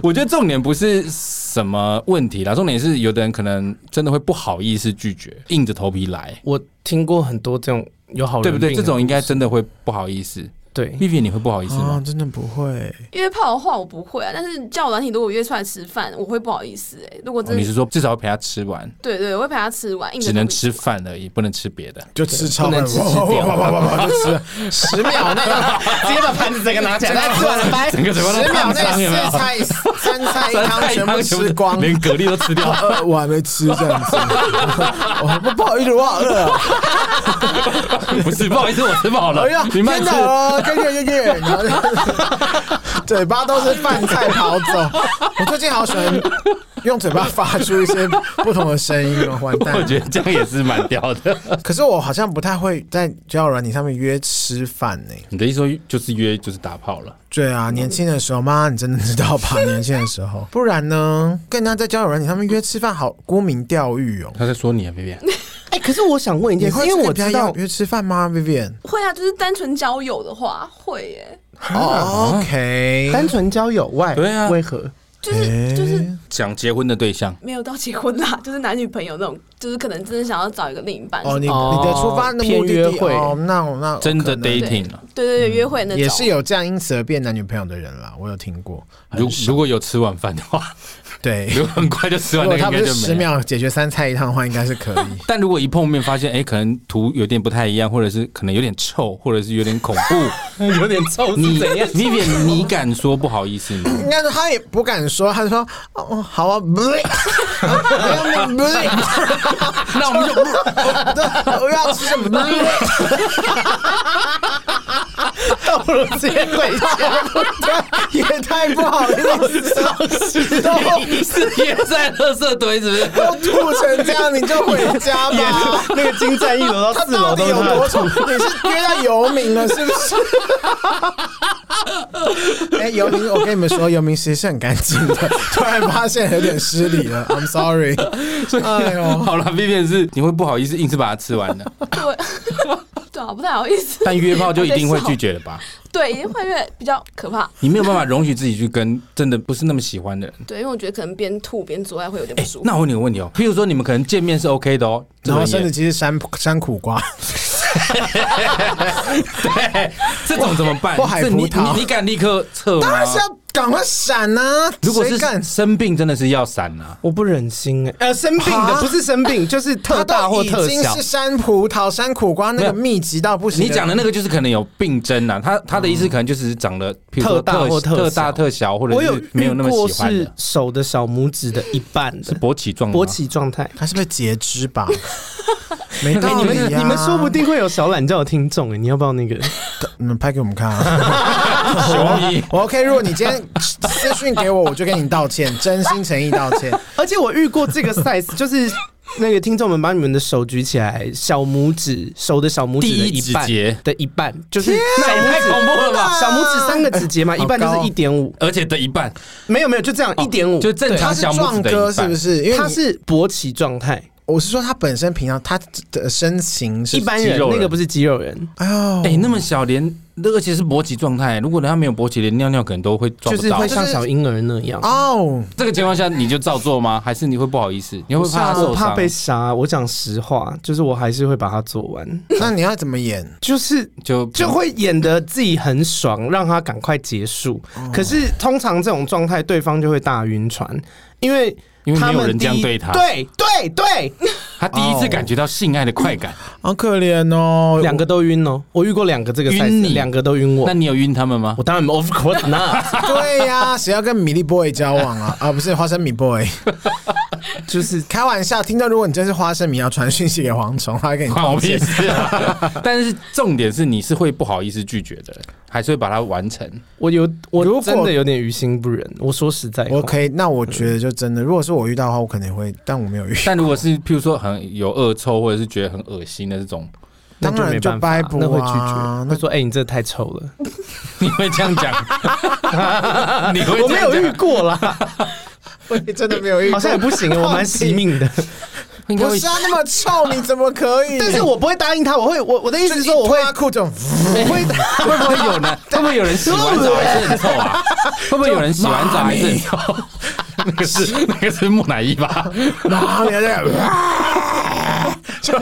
[SPEAKER 2] 我觉得重点不是什么问题啦，重点是有的人可能真的会不好意思拒绝，硬着头皮来，
[SPEAKER 3] 我听过很多这种有好人
[SPEAKER 2] 对不对？
[SPEAKER 3] 病
[SPEAKER 2] 这
[SPEAKER 3] 的
[SPEAKER 2] 种应该真的会不好意思。
[SPEAKER 3] 对，
[SPEAKER 2] Vivi，你会不好意思
[SPEAKER 5] 啊，
[SPEAKER 2] 吗？
[SPEAKER 5] 真的不会，
[SPEAKER 4] 约炮的话我不会啊，但是叫软体如果约出来吃饭，我会不好意思哎、如果
[SPEAKER 2] 哦
[SPEAKER 4] 真
[SPEAKER 2] 你
[SPEAKER 4] 的、
[SPEAKER 2] 是说至少要陪他吃完，
[SPEAKER 4] 对对，我会陪他吃完，硬着
[SPEAKER 2] 只能
[SPEAKER 4] 头皮
[SPEAKER 2] 吃饭而已，不能吃别的。
[SPEAKER 5] 就吃超
[SPEAKER 3] 不能
[SPEAKER 5] 慢，
[SPEAKER 3] 吃掉
[SPEAKER 5] 哇哇哇哇哇就吃十秒内，
[SPEAKER 3] 直接把盘子整个拿起来，大家吃完了，拜。
[SPEAKER 2] 整个嘴巴都
[SPEAKER 5] 十秒
[SPEAKER 2] 烫伤有
[SPEAKER 5] 内
[SPEAKER 2] 没有
[SPEAKER 5] 四？菜三菜一
[SPEAKER 2] 三
[SPEAKER 5] 汤
[SPEAKER 2] 菜
[SPEAKER 5] 全 部
[SPEAKER 2] 汤
[SPEAKER 5] 吃光，
[SPEAKER 2] 连蛤蜊都吃掉。
[SPEAKER 5] 饿，我还没吃这样子，我不不好意思，我好饿啊，
[SPEAKER 2] 不是，不好意思，我吃饱了
[SPEAKER 5] 哎呀，，
[SPEAKER 2] 你慢
[SPEAKER 5] 天
[SPEAKER 2] 吃
[SPEAKER 5] 哪。哦，跟月月月，然后就嘴巴都是饭菜跑走。我最近好喜欢用嘴巴发出一些不同的声音哦，完
[SPEAKER 2] 我
[SPEAKER 5] 蛋！
[SPEAKER 2] 觉得这样也是蛮屌的。
[SPEAKER 5] 可是我好像不太会在交友软体上面约吃饭呢、
[SPEAKER 2] 你的意思说就是约就是打炮了？
[SPEAKER 5] 对啊，年轻的时候，妈，你真的知道吧？年轻的时候，不然呢，跟人家在交友软体上面约吃饭，好沽名钓誉哦。
[SPEAKER 2] 他在说你啊，Vivi。
[SPEAKER 3] 哎，可是我想问一
[SPEAKER 5] 你
[SPEAKER 3] 件事，
[SPEAKER 5] 会
[SPEAKER 3] 因为我
[SPEAKER 5] 跟人
[SPEAKER 3] 知
[SPEAKER 5] 家
[SPEAKER 3] 道
[SPEAKER 5] 约吃饭吗，Vivian？
[SPEAKER 4] 会啊，就是单纯交友的话会耶、
[SPEAKER 5] 哦，OK，
[SPEAKER 3] 单纯交友外，
[SPEAKER 2] 对啊
[SPEAKER 3] 为何？
[SPEAKER 4] 就是、就是
[SPEAKER 5] 诶
[SPEAKER 2] 想结婚的对象，
[SPEAKER 4] 没有到结婚啦， 就是男女朋友那种，就是可能真的想要找一个另一半。
[SPEAKER 5] 哦，你
[SPEAKER 3] 哦
[SPEAKER 5] 你的出发的
[SPEAKER 3] 偏
[SPEAKER 5] 目的
[SPEAKER 3] 约
[SPEAKER 5] 地
[SPEAKER 3] 会
[SPEAKER 5] 哦，那我那我
[SPEAKER 2] 真的
[SPEAKER 5] 可能
[SPEAKER 2] dating 啊了。
[SPEAKER 4] 对对对，约会那种
[SPEAKER 5] 也是有这样因此而变男女朋友的人啦，我有听过。
[SPEAKER 2] 如如果有吃晚饭的话，
[SPEAKER 5] 对，
[SPEAKER 2] 如果很快就吃
[SPEAKER 5] 如
[SPEAKER 2] 完，
[SPEAKER 5] 果
[SPEAKER 2] 啊那个
[SPEAKER 5] 他
[SPEAKER 2] 应
[SPEAKER 5] 不
[SPEAKER 2] 该
[SPEAKER 5] 是
[SPEAKER 2] 就
[SPEAKER 5] 十
[SPEAKER 2] 没了。。
[SPEAKER 5] 秒解决三菜一汤的话，应该是可以
[SPEAKER 2] 但如果一碰面发现，哎、可能图有点不太一样，或者是可能有点臭，或 者是有点恐怖，
[SPEAKER 3] 有点臭
[SPEAKER 2] 你 Vivian，你敢说不好意思吗？
[SPEAKER 5] 应该说他也不敢说，他说哦好啊，不累，不累，
[SPEAKER 2] 那我们 就
[SPEAKER 5] 我要吃什么？不累
[SPEAKER 3] 倒了直接回家，
[SPEAKER 5] 也太不好意思了，
[SPEAKER 2] 不是也在垃圾堆，是不是？
[SPEAKER 5] 都吐成这样，你就回家 吧。
[SPEAKER 3] 那个金战一楼到
[SPEAKER 5] 他
[SPEAKER 3] 四
[SPEAKER 5] 到
[SPEAKER 3] 楼都
[SPEAKER 5] 底
[SPEAKER 3] 是
[SPEAKER 5] 有
[SPEAKER 3] 他的
[SPEAKER 5] 多丑？你是约到游民了是不是？ 哎、游民，我跟你们说，游民其实是很干净的，突然发现有点失礼了，I'm sorry。哎 呦，
[SPEAKER 2] 好了，Vivian 是你会不好意思硬是把它吃完 的，
[SPEAKER 4] 对 对啊，不太好意思。
[SPEAKER 2] 但约炮就一定会拒绝的吧？
[SPEAKER 4] 对，一定会越比较可怕。
[SPEAKER 2] 你没有办法容许自己去跟真的不是那么喜欢的人。
[SPEAKER 4] 对，因为我觉得可能边吐边做爱会有点不舒服。
[SPEAKER 2] 那我问你个问题哦，譬哎如说你们可能见面是 OK 的哦，
[SPEAKER 5] 然后
[SPEAKER 2] 这
[SPEAKER 5] 甚
[SPEAKER 2] 种
[SPEAKER 5] 至
[SPEAKER 2] 也
[SPEAKER 5] 其实山山苦瓜，
[SPEAKER 2] 对这种怎么办？
[SPEAKER 5] 或海
[SPEAKER 2] 这你
[SPEAKER 5] 葡萄
[SPEAKER 2] 你你敢立刻撤
[SPEAKER 5] 当
[SPEAKER 2] 吗
[SPEAKER 5] 然？是要赶快闪呐、啊！
[SPEAKER 2] 如果是
[SPEAKER 5] 谁敢
[SPEAKER 2] 生病，真的是要闪啊！
[SPEAKER 3] 我不忍心哎、呃，生病的
[SPEAKER 5] 啊
[SPEAKER 3] 不是生病，就是特
[SPEAKER 5] 他
[SPEAKER 3] 大
[SPEAKER 5] 都
[SPEAKER 3] 或
[SPEAKER 5] 已
[SPEAKER 3] 特
[SPEAKER 5] 经
[SPEAKER 3] 小
[SPEAKER 5] 是。山葡萄、山苦瓜
[SPEAKER 2] 没
[SPEAKER 5] 那个
[SPEAKER 2] 有
[SPEAKER 5] 密集到不行。
[SPEAKER 2] 你讲的那个就是可能有病症啊，他他的意思可能就是长得譬如说
[SPEAKER 3] 特大或特
[SPEAKER 2] 特
[SPEAKER 3] 小
[SPEAKER 2] 大特小，或者
[SPEAKER 3] 我有
[SPEAKER 2] 是没有那么
[SPEAKER 3] 遇过
[SPEAKER 2] 喜欢
[SPEAKER 3] 是
[SPEAKER 2] 的，
[SPEAKER 3] 手的小拇指的一半
[SPEAKER 2] 是
[SPEAKER 3] 的
[SPEAKER 2] 勃起状吗
[SPEAKER 3] 勃。起状态。
[SPEAKER 5] 他是不是截肢 吧？没道理、
[SPEAKER 3] 哎
[SPEAKER 5] 啊
[SPEAKER 3] 你们你们说不定会有小懒觉的听众哎、你要不要那个？
[SPEAKER 5] 你们拍给我们看啊！
[SPEAKER 2] 熊一
[SPEAKER 5] 我 OK，如果你今天私讯给我，我就跟你道歉，真心诚意道 歉。
[SPEAKER 3] 而且我遇过这个 size，就是那个听众们把你们的手举起来，小拇指手的小拇指
[SPEAKER 2] 第
[SPEAKER 3] 的
[SPEAKER 2] 一
[SPEAKER 3] 一半
[SPEAKER 2] 指节
[SPEAKER 3] 的一半，就是
[SPEAKER 2] 那也太恐怖了吧！
[SPEAKER 3] 啊小拇指三个指节嘛，一半就是一点五，
[SPEAKER 2] 而且的一 半
[SPEAKER 3] 没有没有，啊哦就这样一点五，
[SPEAKER 2] 就正
[SPEAKER 5] 他
[SPEAKER 2] 常
[SPEAKER 5] 是
[SPEAKER 2] 小拇
[SPEAKER 5] 壮
[SPEAKER 2] 指的
[SPEAKER 5] 哥
[SPEAKER 2] 一
[SPEAKER 5] 是不
[SPEAKER 2] 半。
[SPEAKER 5] 是？因为
[SPEAKER 3] 它
[SPEAKER 5] 你
[SPEAKER 3] 是勃起状态。
[SPEAKER 5] 我是说他本身平常他的身形是
[SPEAKER 3] 一般
[SPEAKER 2] 肌
[SPEAKER 3] 人
[SPEAKER 2] 肉人
[SPEAKER 3] 那个不是肌肉人，
[SPEAKER 5] 哎呦，
[SPEAKER 2] 哎，那么小连，而且是勃起状态，如果他没有勃起，连尿尿可能都会抓
[SPEAKER 3] 就
[SPEAKER 2] 不
[SPEAKER 3] 是
[SPEAKER 2] 到
[SPEAKER 3] 会。像小婴儿那样。
[SPEAKER 5] 哦，
[SPEAKER 2] 这个情况下，你就照做 吗？还是你会不好意思？你会
[SPEAKER 5] 不是啊
[SPEAKER 2] 怕他
[SPEAKER 3] 我
[SPEAKER 2] 受
[SPEAKER 3] 怕
[SPEAKER 2] 伤？
[SPEAKER 3] 被杀，我讲实话，就是我还是会把它做完，
[SPEAKER 5] 那你要怎么演？
[SPEAKER 3] 就是
[SPEAKER 2] 就
[SPEAKER 3] 就会演得自己很爽，让它赶快结束。可是通常这种状态，对方就会大晕船，因为
[SPEAKER 2] 因为
[SPEAKER 3] 他
[SPEAKER 2] 没有
[SPEAKER 3] 们
[SPEAKER 2] 人这样
[SPEAKER 3] 第一
[SPEAKER 2] 对他，
[SPEAKER 3] 对对对，
[SPEAKER 2] 他第一次感觉到性爱的快感。
[SPEAKER 5] 好可怜哦，
[SPEAKER 3] 两个都晕哦，我遇过两个这个
[SPEAKER 2] 晕
[SPEAKER 3] size，
[SPEAKER 2] 你
[SPEAKER 3] 两个都晕我
[SPEAKER 2] 那。你有晕他们吗
[SPEAKER 3] 我？当然 of course not，
[SPEAKER 5] 对呀、谁要跟米粒 boy 交往 啊？啊，不是花生米 boy，
[SPEAKER 3] 就是
[SPEAKER 5] 开玩笑。听到如果你真是花生米，要传讯息给蝗虫，他会 跟你
[SPEAKER 2] 关我
[SPEAKER 5] 道
[SPEAKER 2] 屁
[SPEAKER 5] 歉。
[SPEAKER 2] 事啊！ 但是重点是，你是会不好意思拒绝的，还是会把它完成？
[SPEAKER 3] 我有
[SPEAKER 5] 如
[SPEAKER 3] 我
[SPEAKER 5] 果
[SPEAKER 3] 真的有点于心不忍。我说实在话，
[SPEAKER 5] 我可以，那我觉得就真的，如果是我遇到的话，我肯定会，但我没有遇。
[SPEAKER 2] 但如果是譬如说很有恶臭，或者是觉得很恶心的这种，
[SPEAKER 3] 那
[SPEAKER 5] 当
[SPEAKER 3] 就没
[SPEAKER 5] 然就
[SPEAKER 3] 办法
[SPEAKER 5] 掰不
[SPEAKER 3] 那会拒
[SPEAKER 5] 啊
[SPEAKER 3] 绝，
[SPEAKER 5] 那
[SPEAKER 3] 会说哎、你这太臭了，
[SPEAKER 2] 你会这样讲？ 你会
[SPEAKER 3] 我
[SPEAKER 2] 这
[SPEAKER 3] 没
[SPEAKER 2] 样
[SPEAKER 3] 有遇
[SPEAKER 2] 讲？
[SPEAKER 3] 过啦，
[SPEAKER 5] 我也真的没有遇过，
[SPEAKER 3] 好像也不 行，我蛮惜命的。
[SPEAKER 2] 应该
[SPEAKER 5] 不
[SPEAKER 2] 会
[SPEAKER 5] 是啊，那么臭，你怎么可以？
[SPEAKER 3] 但是我不会答应他，我会我我的意思是说我会
[SPEAKER 5] 拉 裤这种，
[SPEAKER 3] 我会
[SPEAKER 2] 会不会有 人？会不会有人洗完澡还是很臭啊？会不会有人洗完澡还是很臭？ 那个是那个是木乃伊吧？
[SPEAKER 5] 然后你在 就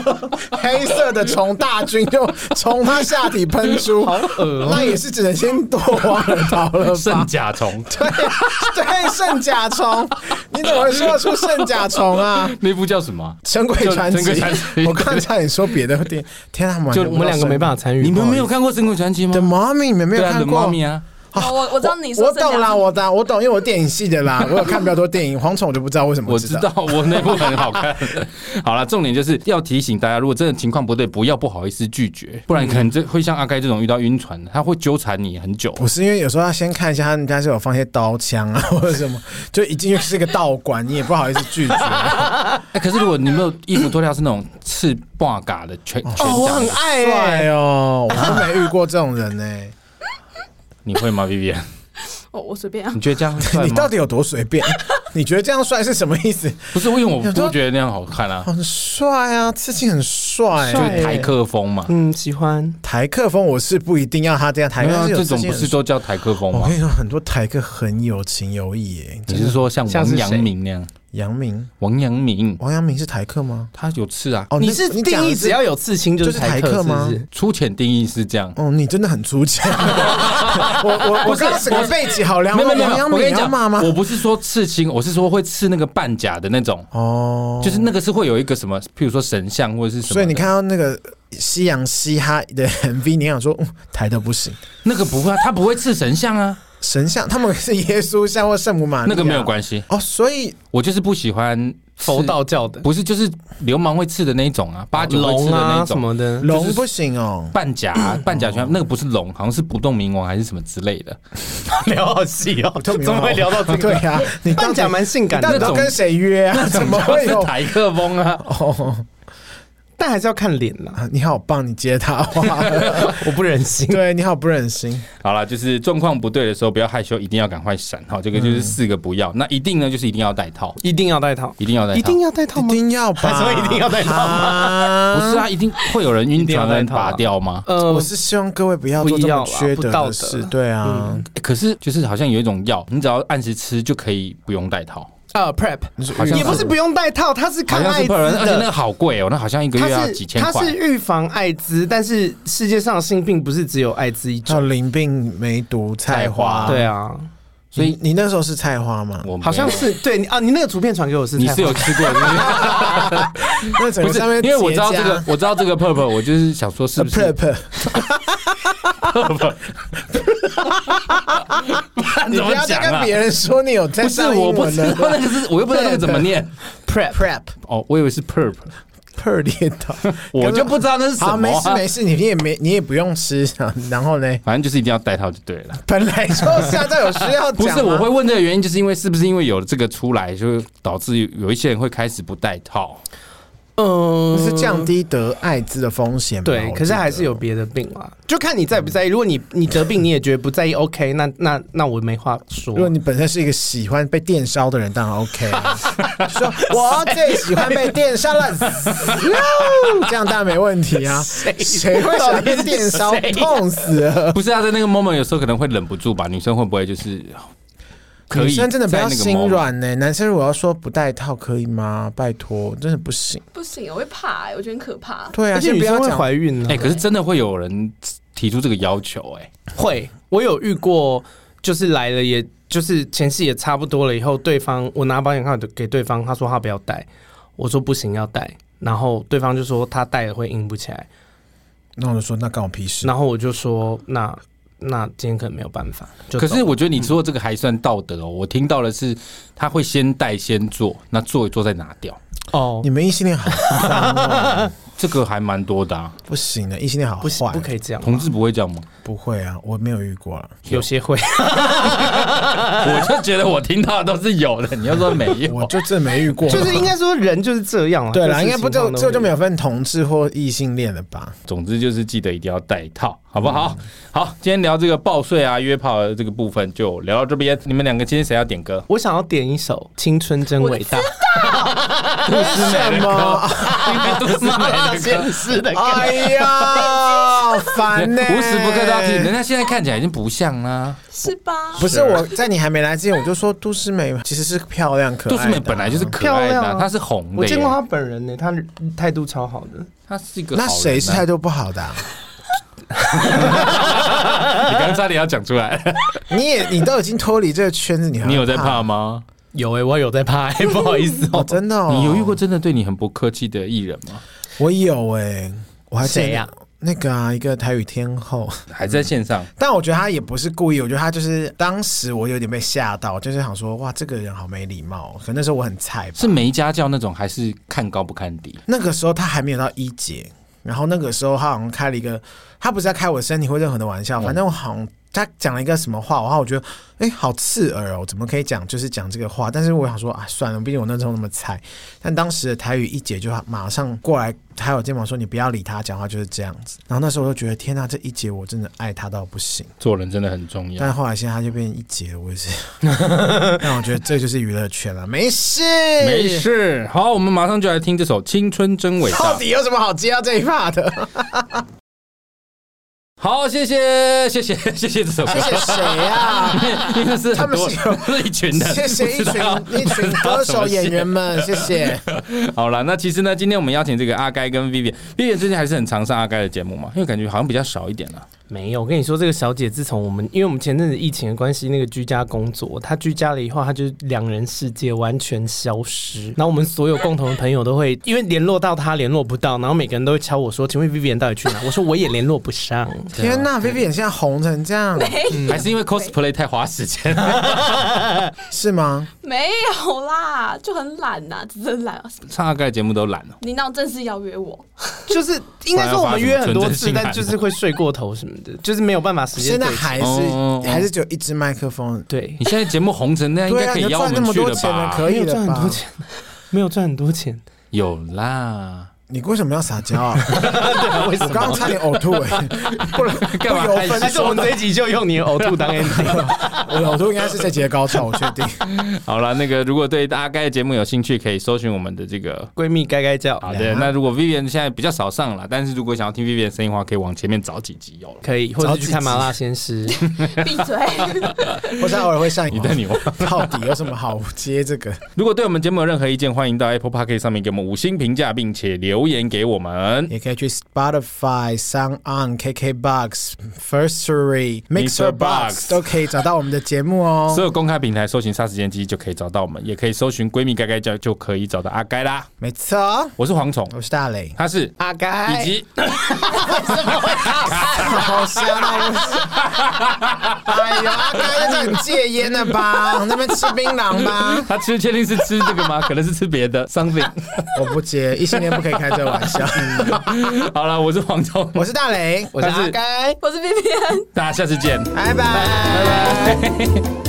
[SPEAKER 5] 黑色的从大军就从他下体喷出，
[SPEAKER 2] 哦
[SPEAKER 5] 那也是只能先躲挖耳逃了 吧
[SPEAKER 2] 圣？甲虫
[SPEAKER 5] 对对，圣甲虫，你怎么会说得出圣甲虫啊？
[SPEAKER 2] 那部叫什么啊？
[SPEAKER 5] 《神鬼传奇
[SPEAKER 2] 就神鬼传》奇
[SPEAKER 5] 我刚才也说别的电影，天啊，
[SPEAKER 3] 就我们两个没办法参与。
[SPEAKER 2] 你们
[SPEAKER 3] 不好
[SPEAKER 2] 没
[SPEAKER 3] 意思
[SPEAKER 2] 有看过《神鬼传奇》
[SPEAKER 5] The
[SPEAKER 2] 吗？
[SPEAKER 5] Mommy，你们没有
[SPEAKER 2] 对啊，
[SPEAKER 5] 看
[SPEAKER 2] 的
[SPEAKER 5] 过
[SPEAKER 2] 猫咪啊，
[SPEAKER 4] 哦我我知道你说
[SPEAKER 5] 我
[SPEAKER 4] 圣
[SPEAKER 5] 懂
[SPEAKER 4] 甲
[SPEAKER 5] 啦，
[SPEAKER 4] 虫
[SPEAKER 5] 我的我懂，因为我电影系的啦，我有看比较多电影，蝗虫我就不知道为什么
[SPEAKER 2] 我
[SPEAKER 5] 知
[SPEAKER 2] 知道， 我那部很好 看。好了，重点就是要提醒大家，如果真的情况不对，不要不好意思拒绝，不然可能这会像阿该这种遇到晕船，他会纠缠你很久。
[SPEAKER 5] 不是因为有时候要先看一下他们家是有放一些刀枪啊 或者什么，就一进去是个道馆，你也不好意思拒绝。
[SPEAKER 2] 哎，可是如果你没有衣服脱掉，是那种刺挂嘎的全全
[SPEAKER 3] 哦，我
[SPEAKER 2] 掌
[SPEAKER 3] 很
[SPEAKER 2] 的，
[SPEAKER 3] 爱哎、
[SPEAKER 5] 帅哦，我都没遇过这种人呢、欸
[SPEAKER 2] 你会吗，Vivian？
[SPEAKER 4] 我我随便啊
[SPEAKER 2] 你，觉得这样帅吗？
[SPEAKER 5] 你到底有多随便？你觉得这样帅是什么意思？
[SPEAKER 2] 不是因为我
[SPEAKER 5] 有时候
[SPEAKER 2] 不觉得那样好看 啊，
[SPEAKER 5] 很帅啊，刺青很帅、
[SPEAKER 2] 就
[SPEAKER 5] 欸。
[SPEAKER 2] 是台客风嘛。
[SPEAKER 3] 嗯，喜欢。
[SPEAKER 5] 台客风我是不一定要他这样台
[SPEAKER 2] 没
[SPEAKER 5] 客，
[SPEAKER 2] 有啊
[SPEAKER 5] 但是有
[SPEAKER 2] 这
[SPEAKER 5] 刺
[SPEAKER 2] 种
[SPEAKER 5] 青
[SPEAKER 2] 不
[SPEAKER 5] 很
[SPEAKER 2] 是都叫台客风
[SPEAKER 5] 我
[SPEAKER 2] 吗
[SPEAKER 5] 跟？你说，很多台客很有情有义耶、
[SPEAKER 2] 你是说像
[SPEAKER 3] 像是
[SPEAKER 2] 王
[SPEAKER 3] 谁
[SPEAKER 2] 阳明那样？
[SPEAKER 5] 杨明，
[SPEAKER 2] 王阳明
[SPEAKER 5] 王阳明是台客吗？
[SPEAKER 2] 他有刺啊。
[SPEAKER 5] 哦，
[SPEAKER 3] 你
[SPEAKER 5] 那
[SPEAKER 3] 是
[SPEAKER 5] 你讲
[SPEAKER 3] 定
[SPEAKER 5] 的
[SPEAKER 3] 义
[SPEAKER 5] 是
[SPEAKER 3] 只要有刺青就是
[SPEAKER 5] 就是
[SPEAKER 3] 台
[SPEAKER 5] 台
[SPEAKER 3] 客
[SPEAKER 5] 客吗
[SPEAKER 3] 是不是
[SPEAKER 2] 粗浅定义是这样，
[SPEAKER 5] 哦，你真的很粗浅。 我我我刚刚整个背脊好凉，哦
[SPEAKER 2] 没有没有
[SPEAKER 5] 王
[SPEAKER 2] 没有，
[SPEAKER 5] 阳
[SPEAKER 2] 我
[SPEAKER 5] 明
[SPEAKER 2] 跟你
[SPEAKER 5] 要
[SPEAKER 2] 讲
[SPEAKER 5] 骂吗？
[SPEAKER 2] 我不是说刺青，我是说会刺那个半甲的那种，
[SPEAKER 5] 哦，
[SPEAKER 2] 就是那个是会有一个什么，譬如说神像或者是什么的，
[SPEAKER 5] 所以你看到那个夕阳嘻哈的 MV，你想说、嗯、抬的不行，
[SPEAKER 2] 那个不会啊，他不会刺神像 啊，
[SPEAKER 5] 神像他们是耶稣像或圣母玛利
[SPEAKER 2] 那
[SPEAKER 5] 亚，
[SPEAKER 2] 个没有关系，
[SPEAKER 5] 哦，所以
[SPEAKER 2] 我就是不喜欢
[SPEAKER 3] 佛
[SPEAKER 2] 刺
[SPEAKER 3] 道教的
[SPEAKER 2] 不是就是流氓会刺的那一种啊，八九会刺的
[SPEAKER 3] 龙
[SPEAKER 2] 那
[SPEAKER 3] 啊
[SPEAKER 2] 一
[SPEAKER 3] 什
[SPEAKER 2] 种。
[SPEAKER 3] 么 的，
[SPEAKER 5] 龙不行哦。
[SPEAKER 2] 半甲啊、
[SPEAKER 3] 嗯
[SPEAKER 2] 半甲拳那个不是龙，好像是不动明王还是什么之类的。
[SPEAKER 3] 聊好细哦，
[SPEAKER 5] 透
[SPEAKER 3] 怎
[SPEAKER 5] 明
[SPEAKER 3] 么会聊到这
[SPEAKER 5] 对
[SPEAKER 3] 个？
[SPEAKER 5] 呀、你
[SPEAKER 3] 半
[SPEAKER 5] 当
[SPEAKER 3] 甲蛮性感
[SPEAKER 5] 到底
[SPEAKER 3] 的，
[SPEAKER 5] 都跟谁约啊？怎么
[SPEAKER 2] 不
[SPEAKER 5] 会
[SPEAKER 2] 是
[SPEAKER 5] 有？
[SPEAKER 2] 台客风啊？
[SPEAKER 5] 哦，
[SPEAKER 3] 但还是要看脸啦，
[SPEAKER 5] 啊你好棒，你接他话，
[SPEAKER 3] 我不忍心。
[SPEAKER 5] 对你好不忍心。
[SPEAKER 2] 好啦，就是状况不对的时候，不要害羞，一定要赶快闪哈。这个
[SPEAKER 3] 嗯
[SPEAKER 2] 就是四个不要，那一定呢就是一定要戴套，
[SPEAKER 3] 一定要戴套，
[SPEAKER 2] 一定要戴套，
[SPEAKER 3] 一定要戴套
[SPEAKER 5] 一
[SPEAKER 3] 吗？
[SPEAKER 5] 定要吧？
[SPEAKER 3] 还说一定要戴套
[SPEAKER 5] 吗
[SPEAKER 2] 不是啊，一定会有人晕船
[SPEAKER 3] 一定要戴
[SPEAKER 2] 人
[SPEAKER 3] 套啊
[SPEAKER 2] 拔掉吗？
[SPEAKER 3] 呃
[SPEAKER 5] 我是希望各位不要做这么缺
[SPEAKER 3] 不
[SPEAKER 5] 德的
[SPEAKER 3] 要啦不道德
[SPEAKER 5] 事，对啊。
[SPEAKER 2] 欸可是就是好像有一种药，你只要按时吃就可以不用戴套，
[SPEAKER 3] 呃 prep，
[SPEAKER 2] 好像
[SPEAKER 3] 也不是不用戴套，它是
[SPEAKER 2] 好
[SPEAKER 3] 抗
[SPEAKER 2] 像
[SPEAKER 3] 艾
[SPEAKER 2] 是
[SPEAKER 3] 滋
[SPEAKER 2] 不然，而且那
[SPEAKER 3] 的
[SPEAKER 2] 个。好贵哦，那好像一个
[SPEAKER 3] 它
[SPEAKER 2] 月要
[SPEAKER 3] 是
[SPEAKER 2] 几千
[SPEAKER 3] 它是
[SPEAKER 2] 块。
[SPEAKER 3] 预防艾滋，但是世界上性病不是只有艾滋一
[SPEAKER 5] 还有
[SPEAKER 3] 种。
[SPEAKER 5] 林病梅毒菜花，
[SPEAKER 3] 对，啊，
[SPEAKER 5] 所以你那时候是菜花吗？
[SPEAKER 2] 我没有
[SPEAKER 3] 好像
[SPEAKER 5] 嗯
[SPEAKER 3] 是对你啊，你那个图片传给我是
[SPEAKER 2] 你
[SPEAKER 3] 菜
[SPEAKER 2] 是
[SPEAKER 3] 花
[SPEAKER 2] 有吃过是不是？
[SPEAKER 5] 那整
[SPEAKER 2] 不
[SPEAKER 5] 个
[SPEAKER 2] 是
[SPEAKER 5] 上面，
[SPEAKER 2] 因为我知道
[SPEAKER 5] 结
[SPEAKER 2] 这
[SPEAKER 5] 痂啊
[SPEAKER 2] 个，我知道这个 purple，我就是想说是不
[SPEAKER 3] 呃
[SPEAKER 2] 是
[SPEAKER 5] prep，你
[SPEAKER 2] 怎
[SPEAKER 5] 不
[SPEAKER 2] 么
[SPEAKER 5] 要再
[SPEAKER 2] 讲
[SPEAKER 5] 跟
[SPEAKER 2] 啊？
[SPEAKER 5] 别人说你有在
[SPEAKER 2] 不是，
[SPEAKER 5] 上英
[SPEAKER 2] 我不
[SPEAKER 5] 文
[SPEAKER 2] 知道
[SPEAKER 5] 的
[SPEAKER 2] 那个是，我又不知道那个怎么 念。
[SPEAKER 3] prep，
[SPEAKER 5] prep
[SPEAKER 2] 哦，我以为是 purp，
[SPEAKER 5] per 列到，
[SPEAKER 2] 我就不知道那是什么
[SPEAKER 5] 好，
[SPEAKER 2] 啊。
[SPEAKER 5] 没事没事，你也没你也不用吃， 然后呢，
[SPEAKER 2] 反正就是一定要戴套就对了。
[SPEAKER 5] 本来就是 啊，这有需要
[SPEAKER 2] 不
[SPEAKER 5] 讲
[SPEAKER 2] 是，
[SPEAKER 5] 吗
[SPEAKER 2] 我会问这个原因，就是因为是不是因为有了这个出来，就导致有一些人会开始不戴套。
[SPEAKER 3] 嗯，
[SPEAKER 5] 是降低得艾滋的风险吧，
[SPEAKER 3] 对，
[SPEAKER 5] 我
[SPEAKER 3] 可是
[SPEAKER 5] 记得
[SPEAKER 3] 还是有别的病啦，就看你在不在意。如果你你得病，你也觉得不在意，OK，那那那我没话说
[SPEAKER 5] 如。果你本身是一个喜欢被电烧的人，当然 OK 啊。说我最喜欢被电烧了， 这样当然没问题啊。谁会想被电烧
[SPEAKER 3] 到底是谁啊
[SPEAKER 5] 痛死了？
[SPEAKER 2] 不是啊，在那个 moment 有时候可能会忍不住吧，女生会不会就是可以
[SPEAKER 5] 女生真的不要
[SPEAKER 2] 在那个
[SPEAKER 5] 心
[SPEAKER 2] moment
[SPEAKER 5] 软呢、男生如果要说不戴套可以吗？拜托，真的不行。
[SPEAKER 4] 不行，我会怕、欸，我觉得很可怕。
[SPEAKER 5] 对啊，
[SPEAKER 3] 而且
[SPEAKER 5] 先
[SPEAKER 3] 女
[SPEAKER 5] 不
[SPEAKER 3] 生
[SPEAKER 5] 要
[SPEAKER 3] 会
[SPEAKER 5] 讲
[SPEAKER 3] 怀孕呢、
[SPEAKER 2] 哎、可是真的会有人提出这个要求、哎，
[SPEAKER 3] 会，我有遇过，就是来了也，就是前戏也差不多了以后，对方我拿保险卡给对方，他说他不要戴，我说不行要戴，然后对方就说他戴了会硬不起来，
[SPEAKER 5] 那我就说那干我屁事。
[SPEAKER 3] 然后我就说那那今天可能没有办法，就
[SPEAKER 2] 可是
[SPEAKER 3] 走
[SPEAKER 2] 我觉得你说这个还算道德哦。我听到的是他会先戴先做，那做一做再拿掉，
[SPEAKER 3] 哦
[SPEAKER 5] 你。们异性恋好脏哦，
[SPEAKER 2] 这个还蛮多的、啊。
[SPEAKER 5] 不行的，异性恋好
[SPEAKER 3] 不行，
[SPEAKER 5] 坏，
[SPEAKER 3] 不可以这样。
[SPEAKER 2] 同志不会这样吗？
[SPEAKER 5] 不会啊，我没有遇过了，
[SPEAKER 3] 有些会，
[SPEAKER 2] 我就觉得我听到的都是有的，你要说没有，
[SPEAKER 5] 我就真的没遇过。
[SPEAKER 3] 就是 应该说人就是这 样啊。
[SPEAKER 5] 对
[SPEAKER 3] 各
[SPEAKER 5] 啦，
[SPEAKER 3] 式
[SPEAKER 5] 应该不
[SPEAKER 3] 情
[SPEAKER 5] 就
[SPEAKER 3] 况都
[SPEAKER 5] 这就
[SPEAKER 3] 会
[SPEAKER 5] 没有分同志或异性恋了吧？
[SPEAKER 2] 总之就是记得一定要戴套，好不好？好，今天聊这个报税啊、约炮的这个部分就聊到这边。你们两个今天谁要点歌？
[SPEAKER 3] 我想要点一首《青春真伟大》，
[SPEAKER 2] 杜思
[SPEAKER 5] 什么？
[SPEAKER 2] 应该杜思美的歌。
[SPEAKER 3] 实的
[SPEAKER 5] 哎呀，烦 呢、
[SPEAKER 2] 无时不刻都要提醒。人家现在看起来已经不像啦，
[SPEAKER 4] 是吧？
[SPEAKER 5] 不是我在你还没来之前，我就说都市美其实是漂亮可爱
[SPEAKER 2] 杜
[SPEAKER 5] 的啊、
[SPEAKER 2] 诗美本来就是可爱的
[SPEAKER 3] 漂
[SPEAKER 2] 啊，
[SPEAKER 3] 亮啊
[SPEAKER 2] 她是红
[SPEAKER 3] 我
[SPEAKER 2] 的
[SPEAKER 3] 见过
[SPEAKER 2] 耶，
[SPEAKER 3] 他本人呢、他态度超好的。
[SPEAKER 2] 她是一个好
[SPEAKER 5] 那
[SPEAKER 2] 人啊
[SPEAKER 5] 谁是态？度不好的啊、
[SPEAKER 2] 你刚刚差点要讲出来，
[SPEAKER 5] 你也你都已经脱离这个圈子，你还
[SPEAKER 2] 你有在
[SPEAKER 5] 怕
[SPEAKER 2] 怕吗？
[SPEAKER 3] 有哎、我有在 拍，不好意思
[SPEAKER 5] 哦，真的、哦，
[SPEAKER 2] 你有遇过？真的对你很不客气的艺人吗？
[SPEAKER 5] 我有哎、我还记得
[SPEAKER 3] 谁呀
[SPEAKER 5] 那个啊，一个台语天后，
[SPEAKER 2] 还在线上，
[SPEAKER 5] 但我觉得他也不是故意，我觉得他就是当时我有点被吓到，就是想说哇，这个人好没礼貌。哦可能那时候我很菜吧，
[SPEAKER 2] 是没家教那种，还是看高不看低？
[SPEAKER 5] 那个时候他还没有到一姐，然后那个时候他好像开了一个，他不是在开我身体或任何的玩
[SPEAKER 2] 嗯
[SPEAKER 5] 笑，反正我好像他讲了一个什么话，然后我觉得哎、好刺耳哦，怎么可以讲就是讲这个话？但是我想说啊，算了，毕竟我那时候那么菜。但当时的台语一姐就马上过来拍我肩膀说你不要理他，讲话就是这样子。然后那时候我就觉得天呐、这一姐我真的爱她到不行。
[SPEAKER 2] 做人真的很重要
[SPEAKER 5] 但。是后来现在他就变一姐了，我也是。 但我觉得这就是娱乐圈了，没事，
[SPEAKER 2] 没。事，好，我们马上就来听这首《青春真伟大
[SPEAKER 5] 到》。底有什么好接到这一 part 的？
[SPEAKER 2] 好，谢谢，谢谢，谢谢这首歌
[SPEAKER 5] 谢。谢谁 啊？
[SPEAKER 2] 因为这是很多，
[SPEAKER 5] 他们
[SPEAKER 2] 是一群的，
[SPEAKER 5] 谢谢一群一群歌手演员们，谢谢。
[SPEAKER 2] 好了，那其实呢，今天我们邀请这个阿该跟 Vivian，Vivian 最近还是很常上阿该的节目嘛，因为感觉好像比较少一点啊了。
[SPEAKER 3] 没有，我跟你说，这个小姐自从我们，因为我们前阵子疫情的关系，那个居家工作，她居家了以后，她就是两人世界完全消失。然后我们所有共同的朋友都会，因为联络到她联络不到，然后每个人都会敲我说：“请问 Vivian 到底去哪？”我说：“我也联络不上。
[SPEAKER 5] 天呐 v i v i a n 现在红成这样，
[SPEAKER 2] 还是因为 cosplay 太花时间啊 了，
[SPEAKER 5] 是吗？
[SPEAKER 4] 没有啦，就很懒呐，只是很懒啊。
[SPEAKER 2] 上阿该的节目都懒了。
[SPEAKER 4] 你那种正式邀约我，”
[SPEAKER 3] 就是应该说我们约很多次，但就是会睡过头什么的，就是没有办法时间
[SPEAKER 5] 现在
[SPEAKER 3] 对齐。
[SPEAKER 5] 还
[SPEAKER 2] 哦
[SPEAKER 5] 是还是只有一支麦克风。
[SPEAKER 3] 对
[SPEAKER 2] 你，现在节目红成那 样，应
[SPEAKER 5] 对
[SPEAKER 2] 该
[SPEAKER 5] 啊，
[SPEAKER 2] 可
[SPEAKER 5] 你
[SPEAKER 2] 以
[SPEAKER 5] 都
[SPEAKER 2] 邀我
[SPEAKER 5] 赚那
[SPEAKER 2] 们
[SPEAKER 5] 么
[SPEAKER 2] 去
[SPEAKER 5] 多
[SPEAKER 2] 了
[SPEAKER 5] 钱了，
[SPEAKER 2] 吧？
[SPEAKER 5] 可
[SPEAKER 3] 没
[SPEAKER 5] 以
[SPEAKER 3] 有
[SPEAKER 5] 了
[SPEAKER 3] 赚很
[SPEAKER 5] 吧
[SPEAKER 3] 多？钱，没有赚很多 钱。
[SPEAKER 2] 有啦，
[SPEAKER 5] 你为什么要撒娇啊？
[SPEAKER 3] 对，为什
[SPEAKER 5] 我刚刚
[SPEAKER 3] 么？
[SPEAKER 5] 差点呕吐哎，不然
[SPEAKER 2] 干嘛
[SPEAKER 5] 不由
[SPEAKER 2] 害羞
[SPEAKER 5] 分
[SPEAKER 3] 还是我
[SPEAKER 5] 说
[SPEAKER 3] 们
[SPEAKER 5] 的。
[SPEAKER 3] 这一集就用你的呕吐当 ending。
[SPEAKER 5] 我的呕吐应该是这节的高潮，我确定。
[SPEAKER 2] 好了，那个如果对阿该的节目有兴趣，可以搜寻我们的这个。
[SPEAKER 3] 闺蜜该该叫，
[SPEAKER 2] 好的，那如果 Vivian 现在比较少上了，但是如果想要听 Vivian 的声音的话，可以往前面找几集哦。
[SPEAKER 3] 可以，或者是去看麻辣鲜师。
[SPEAKER 4] 闭嘴。
[SPEAKER 5] 我是偶尔会上
[SPEAKER 2] 你
[SPEAKER 5] 瘾。
[SPEAKER 2] 在你忘。
[SPEAKER 5] 到底有什么好接这个？
[SPEAKER 2] 如果对我们节目有任何意见，欢迎到 Apple Park 上面给我们五星评价，并且留言给我们。
[SPEAKER 5] 也可以去 Spotify、Sound On、KKBox、Firstory、Mixer
[SPEAKER 2] Box
[SPEAKER 5] Box 都可以找到我们的节目哦。
[SPEAKER 2] 所有公开平台搜寻“杀时间机”就可以找到我们，也可以搜寻“闺蜜该该叫”就可以找到阿该啦。
[SPEAKER 5] 没错，
[SPEAKER 2] 我是蝗虫，
[SPEAKER 5] 我是大磊，
[SPEAKER 2] 他是
[SPEAKER 3] 阿该
[SPEAKER 5] 哎
[SPEAKER 2] 以及？
[SPEAKER 5] 好香啊！哎呦，阿该叫你戒烟了吧？那边吃槟榔吧
[SPEAKER 2] 他吃，确定是吃这个吗？可能是吃别的 something。
[SPEAKER 5] 我不接，异性恋不可以开这个玩笑。
[SPEAKER 2] 好了，我是蝗虫，
[SPEAKER 5] 我是大磊，
[SPEAKER 3] 我是
[SPEAKER 2] 他
[SPEAKER 3] 阿
[SPEAKER 2] 是
[SPEAKER 3] 该。
[SPEAKER 4] 我是 B B N。
[SPEAKER 2] 大家下次见。
[SPEAKER 5] 拜拜。